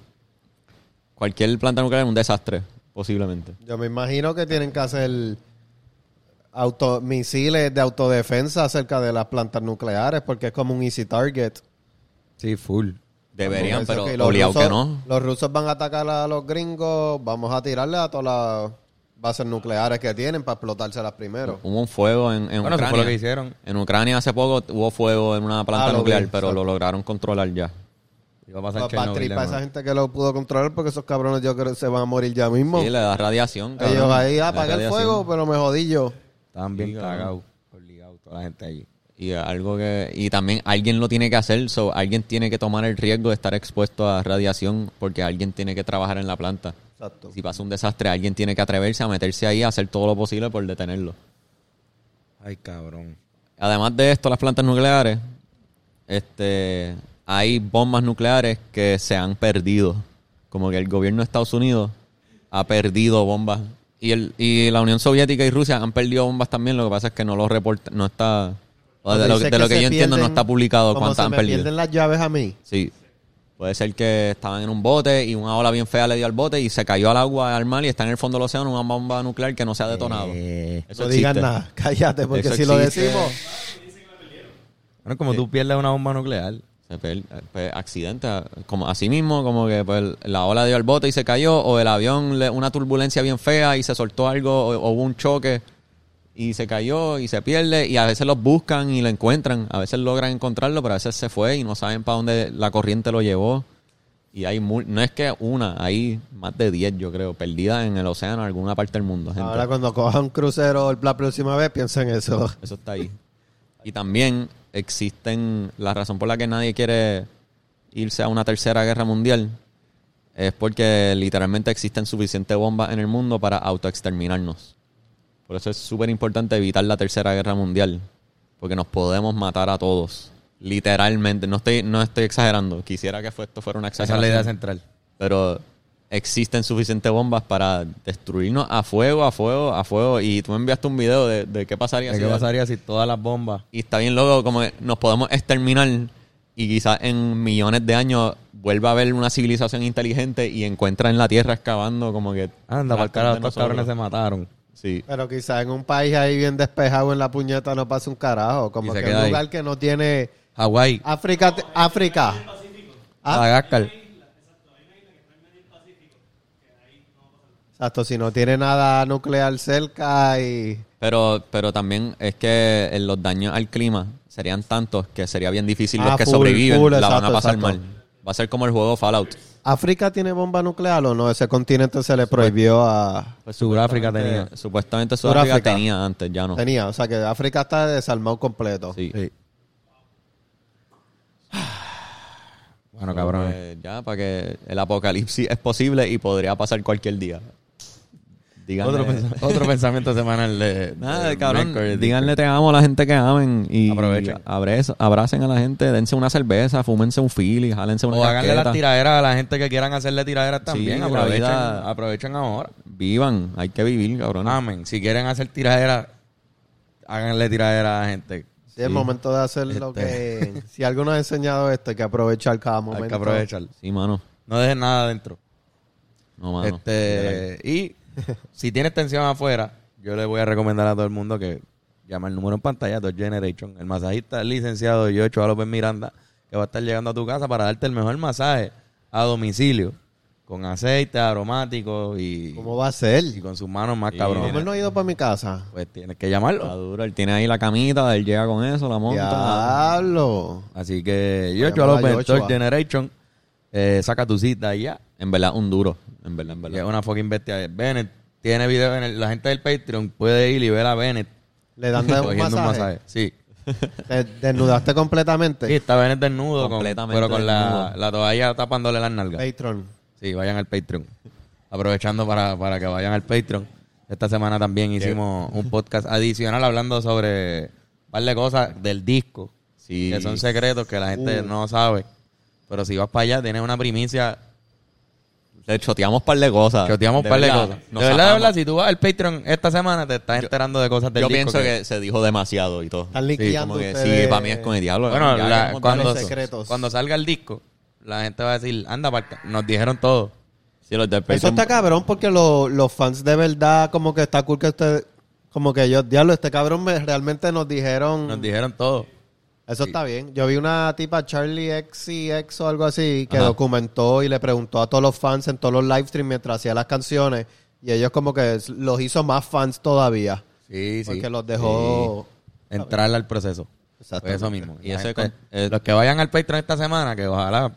[SPEAKER 2] cualquier planta nuclear es un desastre, posiblemente.
[SPEAKER 6] Yo me imagino que tienen que hacer auto, misiles de autodefensa acerca de las plantas nucleares porque es como un easy target.
[SPEAKER 1] Sí, full.
[SPEAKER 2] Deberían,
[SPEAKER 6] Porque eso
[SPEAKER 2] pero
[SPEAKER 6] que los
[SPEAKER 2] obligado
[SPEAKER 6] rusos-
[SPEAKER 2] que no.
[SPEAKER 6] Los rusos van a atacar a los gringos, vamos a tirarle a todas las bases nucleares que tienen para explotárselas primero.
[SPEAKER 2] Hubo un fuego en, en
[SPEAKER 1] Bueno, eso
[SPEAKER 2] Ucrania.
[SPEAKER 1] fue lo que hicieron.
[SPEAKER 2] En Ucrania hace poco hubo fuego en una planta
[SPEAKER 6] Ah, lo
[SPEAKER 2] nuclear,
[SPEAKER 6] vi,
[SPEAKER 2] pero lo
[SPEAKER 6] exacto.
[SPEAKER 2] lograron controlar ya.
[SPEAKER 1] Iba a pasar
[SPEAKER 6] Para
[SPEAKER 1] Chernobyl de
[SPEAKER 6] esa
[SPEAKER 1] nuevo.
[SPEAKER 6] gente que lo pudo controlar porque esos cabrones yo creo que se van a morir ya mismo.
[SPEAKER 2] Sí, le da radiación.
[SPEAKER 6] Ellos
[SPEAKER 2] cabrón.
[SPEAKER 6] ahí
[SPEAKER 2] Le da
[SPEAKER 6] apagar el
[SPEAKER 2] radiación.
[SPEAKER 6] fuego, pero me jodí yo.
[SPEAKER 1] Estaban bien
[SPEAKER 2] Sí, cabrón.
[SPEAKER 1] cagados, obligados, toda la gente allí.
[SPEAKER 2] Y algo que y también alguien lo tiene que hacer, so alguien tiene que tomar el riesgo de estar expuesto a radiación porque alguien tiene que trabajar en la planta.
[SPEAKER 6] Exacto.
[SPEAKER 2] Si pasa un desastre, alguien tiene que atreverse a meterse ahí a hacer todo lo posible por detenerlo.
[SPEAKER 1] Ay, cabrón.
[SPEAKER 2] Además de esto, las plantas nucleares, este, hay bombas nucleares que se han perdido. Como que el gobierno de Estados Unidos ha perdido bombas. Y, el, y la Unión Soviética y Rusia han perdido bombas también. Lo que pasa es que no lo reporta, no está. o de lo,
[SPEAKER 6] Dice
[SPEAKER 2] de lo que,
[SPEAKER 6] se
[SPEAKER 2] yo entiendo, no
[SPEAKER 6] pierden-
[SPEAKER 2] está publicado
[SPEAKER 6] como
[SPEAKER 2] cuántas
[SPEAKER 6] se
[SPEAKER 2] han
[SPEAKER 6] me
[SPEAKER 2] perdido.
[SPEAKER 6] pierden las llaves a mí.
[SPEAKER 2] Sí. Puede ser que estaban en un bote y una ola bien fea le dio al bote y se cayó al agua, al mar y está en el fondo del océano una bomba nuclear que no se ha detonado.
[SPEAKER 1] Eh,
[SPEAKER 2] Eso
[SPEAKER 6] no digan
[SPEAKER 2] existe.
[SPEAKER 6] nada, cállate, porque
[SPEAKER 2] Eso
[SPEAKER 6] si lo
[SPEAKER 2] existe.
[SPEAKER 6] decimos,
[SPEAKER 1] Bueno, como tú pierdes una bomba nuclear.
[SPEAKER 2] Se per- pues, accidente, como así mismo, como que pues, la ola dio al bote y se cayó, o el avión, le- una turbulencia bien fea y se soltó algo, o, o hubo un choque y se cayó y se pierde, y a veces los buscan y lo encuentran, a veces logran encontrarlo, pero a veces se fue y no saben para dónde la corriente lo llevó. Y hay mu- no es que una, hay más de 10, yo creo, perdidas en el océano, en alguna parte del mundo. gente.
[SPEAKER 6] ahora cuando cojan un crucero la próxima vez, piensa en eso.
[SPEAKER 2] Eso está ahí. Y también existen, la razón por la que nadie quiere irse a una tercera guerra mundial es porque literalmente existen suficientes bombas en el mundo para autoexterminarnos. Por eso es súper importante evitar la tercera guerra mundial, porque nos podemos matar a todos. Literalmente, no estoy, no estoy exagerando. Quisiera que fue- esto fuera una
[SPEAKER 1] Esa es la idea
[SPEAKER 2] exageración.
[SPEAKER 1] central.
[SPEAKER 2] Pero existen suficientes bombas para destruirnos a fuego, a fuego, a fuego. Y tú me enviaste un video de, de qué pasaría
[SPEAKER 1] ¿Qué
[SPEAKER 2] si-
[SPEAKER 1] pasaría si todas las bombas...
[SPEAKER 2] y está bien loco, como que nos podemos exterminar y quizás en millones de años vuelva a haber una civilización inteligente y encuentra en la Tierra excavando como que...
[SPEAKER 1] ah, Anda, para el carajo, estos
[SPEAKER 2] nosotros.
[SPEAKER 1] cabrones se mataron.
[SPEAKER 2] Sí.
[SPEAKER 6] Pero quizás en un país ahí bien despejado en la puñeta no pase un carajo.
[SPEAKER 1] Y
[SPEAKER 6] Como
[SPEAKER 1] se
[SPEAKER 6] que
[SPEAKER 1] queda
[SPEAKER 6] un
[SPEAKER 1] ahí.
[SPEAKER 6] lugar que no tiene.
[SPEAKER 1] Hawái,
[SPEAKER 6] África. África. Ah.
[SPEAKER 1] Madagascar.
[SPEAKER 6] Exacto, si no tiene nada nuclear cerca y.
[SPEAKER 2] Pero, pero también es que eh, los daños al clima serían tantos que sería bien difícil
[SPEAKER 6] Ah,
[SPEAKER 2] los que
[SPEAKER 6] full,
[SPEAKER 2] sobreviven
[SPEAKER 6] full,
[SPEAKER 2] la
[SPEAKER 6] exacto,
[SPEAKER 2] van a pasar
[SPEAKER 6] exacto.
[SPEAKER 2] mal. Va a ser como el juego Fallout.
[SPEAKER 6] ¿África tiene bomba nuclear o no? Ese continente se le prohibió a...
[SPEAKER 1] Pues Sudáfrica tenía.
[SPEAKER 2] Eh, Supuestamente Sudáfrica,
[SPEAKER 6] Sudáfrica.
[SPEAKER 2] tenía antes, ya no.
[SPEAKER 6] Tenía, o sea que África está desarmado completo.
[SPEAKER 2] Sí.
[SPEAKER 1] Sí. Bueno, cabrón. eh,
[SPEAKER 2] Pues ya, para que el apocalipsis es posible y podría pasar cualquier día. Díganle,
[SPEAKER 1] Otro, pensa- otro pensamiento semanal de.
[SPEAKER 2] Nada,
[SPEAKER 1] de
[SPEAKER 2] cabrón,
[SPEAKER 1] Mercury.
[SPEAKER 2] díganle te amo a la gente que amen y
[SPEAKER 1] Aprovechen.
[SPEAKER 2] abrez- abracen a la gente, dense una cerveza, fúmense un fili, jálense una
[SPEAKER 1] O háganle
[SPEAKER 2] casqueta.
[SPEAKER 1] las tiraderas a la gente que quieran hacerle tiraderas también.
[SPEAKER 2] la
[SPEAKER 1] aprovechen,
[SPEAKER 2] vida-
[SPEAKER 1] aprovechen ahora.
[SPEAKER 2] Vivan, hay que vivir, cabrón.
[SPEAKER 1] Amén. Si quieren hacer tiraderas, háganle tiraderas a la gente.
[SPEAKER 6] Sí, es momento de hacer lo que... Si algo nos ha enseñado esto, hay que aprovechar cada
[SPEAKER 1] Este.
[SPEAKER 6] momento.
[SPEAKER 1] Hay que aprovechar.
[SPEAKER 2] Sí, mano.
[SPEAKER 1] No dejen nada adentro.
[SPEAKER 2] No, mano.
[SPEAKER 1] este, y si tienes tensión afuera, yo le voy a recomendar a todo el mundo que llame el número en pantalla, Dos Generation. El masajista licenciado Yocho López Miranda, que va a estar llegando a tu casa para darte el mejor masaje a domicilio, con aceite aromático y,
[SPEAKER 6] ¿Cómo va a ser?
[SPEAKER 1] y con sus manos más
[SPEAKER 6] ¿Cómo él
[SPEAKER 1] cabrones.
[SPEAKER 6] no ha ido para mi casa?
[SPEAKER 1] Pues tienes que
[SPEAKER 2] Está
[SPEAKER 1] llamarlo.
[SPEAKER 2] duro, él tiene ahí la camita, él llega con eso, la monta.
[SPEAKER 6] Diablo.
[SPEAKER 1] Así que Yocho
[SPEAKER 6] Llamar a
[SPEAKER 1] López,
[SPEAKER 6] Yochoa.
[SPEAKER 1] Dos Generation, eh, saca tu cita y ya.
[SPEAKER 2] En verdad, un duro. En verdad, en
[SPEAKER 1] Que Es
[SPEAKER 2] verdad.
[SPEAKER 1] una fucking bestia. Bennett tiene video en el- la gente del Patreon puede ir y ver a Bennett
[SPEAKER 6] Le dan de un
[SPEAKER 1] cogiendo
[SPEAKER 6] masaje.
[SPEAKER 1] un masaje. Sí.
[SPEAKER 6] Te desnudaste completamente.
[SPEAKER 1] Sí, está Bennett desnudo, con-
[SPEAKER 2] Completamente
[SPEAKER 1] pero con la,
[SPEAKER 2] desnudo.
[SPEAKER 1] la toalla tapándole las nalgas.
[SPEAKER 6] Patreon.
[SPEAKER 1] Sí, vayan al Patreon. Aprovechando para, para que vayan al Patreon. Esta semana también hicimos un podcast adicional hablando sobre un par de cosas del disco.
[SPEAKER 2] Sí.
[SPEAKER 1] Que son secretos que la
[SPEAKER 6] Uh.
[SPEAKER 1] gente no sabe. Pero si vas para allá, tienes una primicia
[SPEAKER 2] Le choteamos par de cosas.
[SPEAKER 1] Choteamos un
[SPEAKER 2] Ah, De
[SPEAKER 1] par de
[SPEAKER 2] verdad,
[SPEAKER 1] cosas. De
[SPEAKER 2] nos
[SPEAKER 1] verdad, de
[SPEAKER 2] zafamos.
[SPEAKER 1] verdad, si tú vas al Patreon esta semana, te estás enterando de cosas del
[SPEAKER 2] Yo
[SPEAKER 1] disco
[SPEAKER 2] pienso que... se dijo demasiado y todo.
[SPEAKER 6] Están
[SPEAKER 2] Sí,
[SPEAKER 6] liqueando
[SPEAKER 2] como que
[SPEAKER 6] ustedes.
[SPEAKER 2] Sí, para mí es con el diablo.
[SPEAKER 1] Bueno,
[SPEAKER 2] Ya
[SPEAKER 1] la-
[SPEAKER 2] hemos
[SPEAKER 1] cuando,
[SPEAKER 2] dado eso.
[SPEAKER 6] secretos.
[SPEAKER 1] cuando salga el disco, la gente va a decir, anda, pa'l ca-". nos dijeron todo.
[SPEAKER 2] Sí, los del
[SPEAKER 6] Eso
[SPEAKER 2] Patreon-
[SPEAKER 6] está cabrón porque lo- los fans de verdad, como que está cool que usted. Como que ellos, diablo, este cabrón me- realmente nos dijeron.
[SPEAKER 1] Nos dijeron todo.
[SPEAKER 6] eso está bien. Yo vi una tipa, Charlie XCX o algo así, que
[SPEAKER 2] Ajá.
[SPEAKER 6] documentó y le preguntó a todos los fans en todos los live streams mientras hacía las canciones. Y ellos, como que s- los hizo más fans todavía.
[SPEAKER 1] Sí, sí.
[SPEAKER 6] Porque los dejó.
[SPEAKER 1] Entrar al proceso.
[SPEAKER 6] Exacto.
[SPEAKER 1] Pues eso mismo.
[SPEAKER 2] Y
[SPEAKER 1] La
[SPEAKER 2] ese
[SPEAKER 1] gente-
[SPEAKER 2] con- eh,
[SPEAKER 1] los que vayan al Patreon esta semana, que ojalá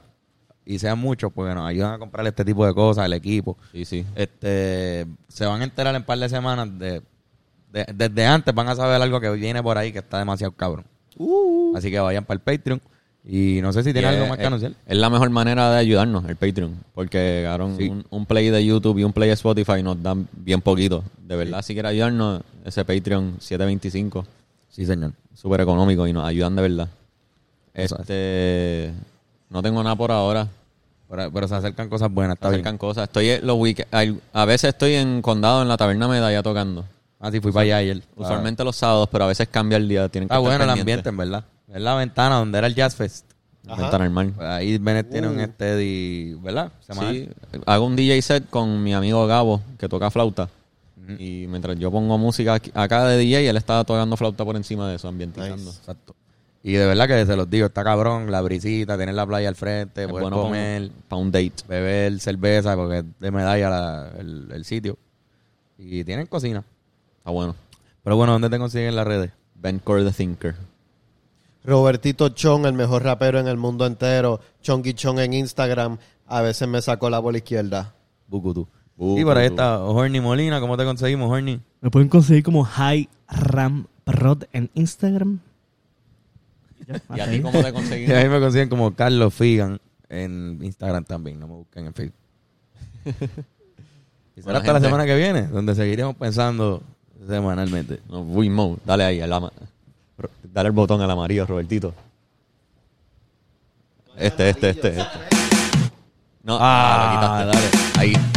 [SPEAKER 1] y sean muchos, porque nos ayudan a comprar este tipo de cosas, el equipo.
[SPEAKER 2] Sí, sí.
[SPEAKER 1] Este, se van a enterar en par de semanas de, de- desde antes van a saber algo que viene por ahí que está demasiado cabrón. Así que vayan para el Patreon y no sé si tiene
[SPEAKER 2] Uh. Y eh,
[SPEAKER 1] algo
[SPEAKER 2] es-
[SPEAKER 1] más que
[SPEAKER 2] es-
[SPEAKER 1] anunciar.
[SPEAKER 2] Es la mejor manera de ayudarnos, el Patreon. Porque, cabrón,
[SPEAKER 1] Sí.
[SPEAKER 2] un, un play de YouTube y un play de Spotify nos dan bien poquito. De verdad, si quieres ayudarnos, ese Patreon 725,
[SPEAKER 1] Sí, señor.
[SPEAKER 2] súper económico y nos ayudan de verdad. Este. No tengo nada por ahora.
[SPEAKER 1] Pero, pero se acercan cosas buenas, está
[SPEAKER 2] acercan
[SPEAKER 1] bien.
[SPEAKER 2] cosas. Estoy en los week- al- A veces estoy en Condado, en la Taberna Medalla tocando.
[SPEAKER 1] Ah, sí, fui para allá ayer.
[SPEAKER 2] Usualmente los sábados, pero a veces cambia el día. Tienen que
[SPEAKER 1] Está
[SPEAKER 2] estar
[SPEAKER 1] Ah, bueno el ambiente,
[SPEAKER 2] pendientes.
[SPEAKER 1] en verdad. Es la ventana donde era el Jazz Fest.
[SPEAKER 2] Ventana al mar.
[SPEAKER 1] Pues ahí Bennett tiene un steady, ¿verdad? Semanal.
[SPEAKER 2] Uh. Sí, hago un DJ set con mi amigo Gabo, que toca flauta. Y mientras yo pongo música aquí- acá de DJ, él está tocando flauta por encima de eso, ambientizando.
[SPEAKER 1] Exacto. Y de verdad que se los digo, está cabrón, la brisita, tener la playa al frente,
[SPEAKER 2] Es
[SPEAKER 1] poder
[SPEAKER 2] bueno
[SPEAKER 1] comer.
[SPEAKER 2] para un date.
[SPEAKER 1] beber cerveza porque es de medalla la- el, el sitio. Y tienen cocina.
[SPEAKER 2] Está bueno.
[SPEAKER 1] Pero bueno, ¿dónde te consiguen las redes?
[SPEAKER 2] Ben Core the Thinker.
[SPEAKER 6] Robertito Chon, el mejor rapero en el mundo entero. Chonky Chon en Instagram. A veces me sacó la bola izquierda.
[SPEAKER 1] Bukutu.
[SPEAKER 2] Bukutu.
[SPEAKER 1] Y por ahí está Horny Molina. ¿Cómo te conseguimos, Horny?
[SPEAKER 5] Me pueden conseguir como High Ram Prod en Instagram. Ya,
[SPEAKER 2] ¿Y
[SPEAKER 5] hasta
[SPEAKER 2] a
[SPEAKER 5] ahí.
[SPEAKER 2] ti cómo te
[SPEAKER 1] Y ahí
[SPEAKER 2] conseguimos?
[SPEAKER 1] me consiguen como Carlos Figan en Instagram también. No me busquen en Facebook. y será
[SPEAKER 2] Buena
[SPEAKER 1] hasta la
[SPEAKER 2] gente.
[SPEAKER 1] semana que viene, donde seguiremos pensando semanalmente.
[SPEAKER 2] No, Wimo, dale ahí. al ama- Ro- Dale el botón al amarillo, Robertito. Este, este, este. este. No, ah, lo quitaste. Dale. Ahí.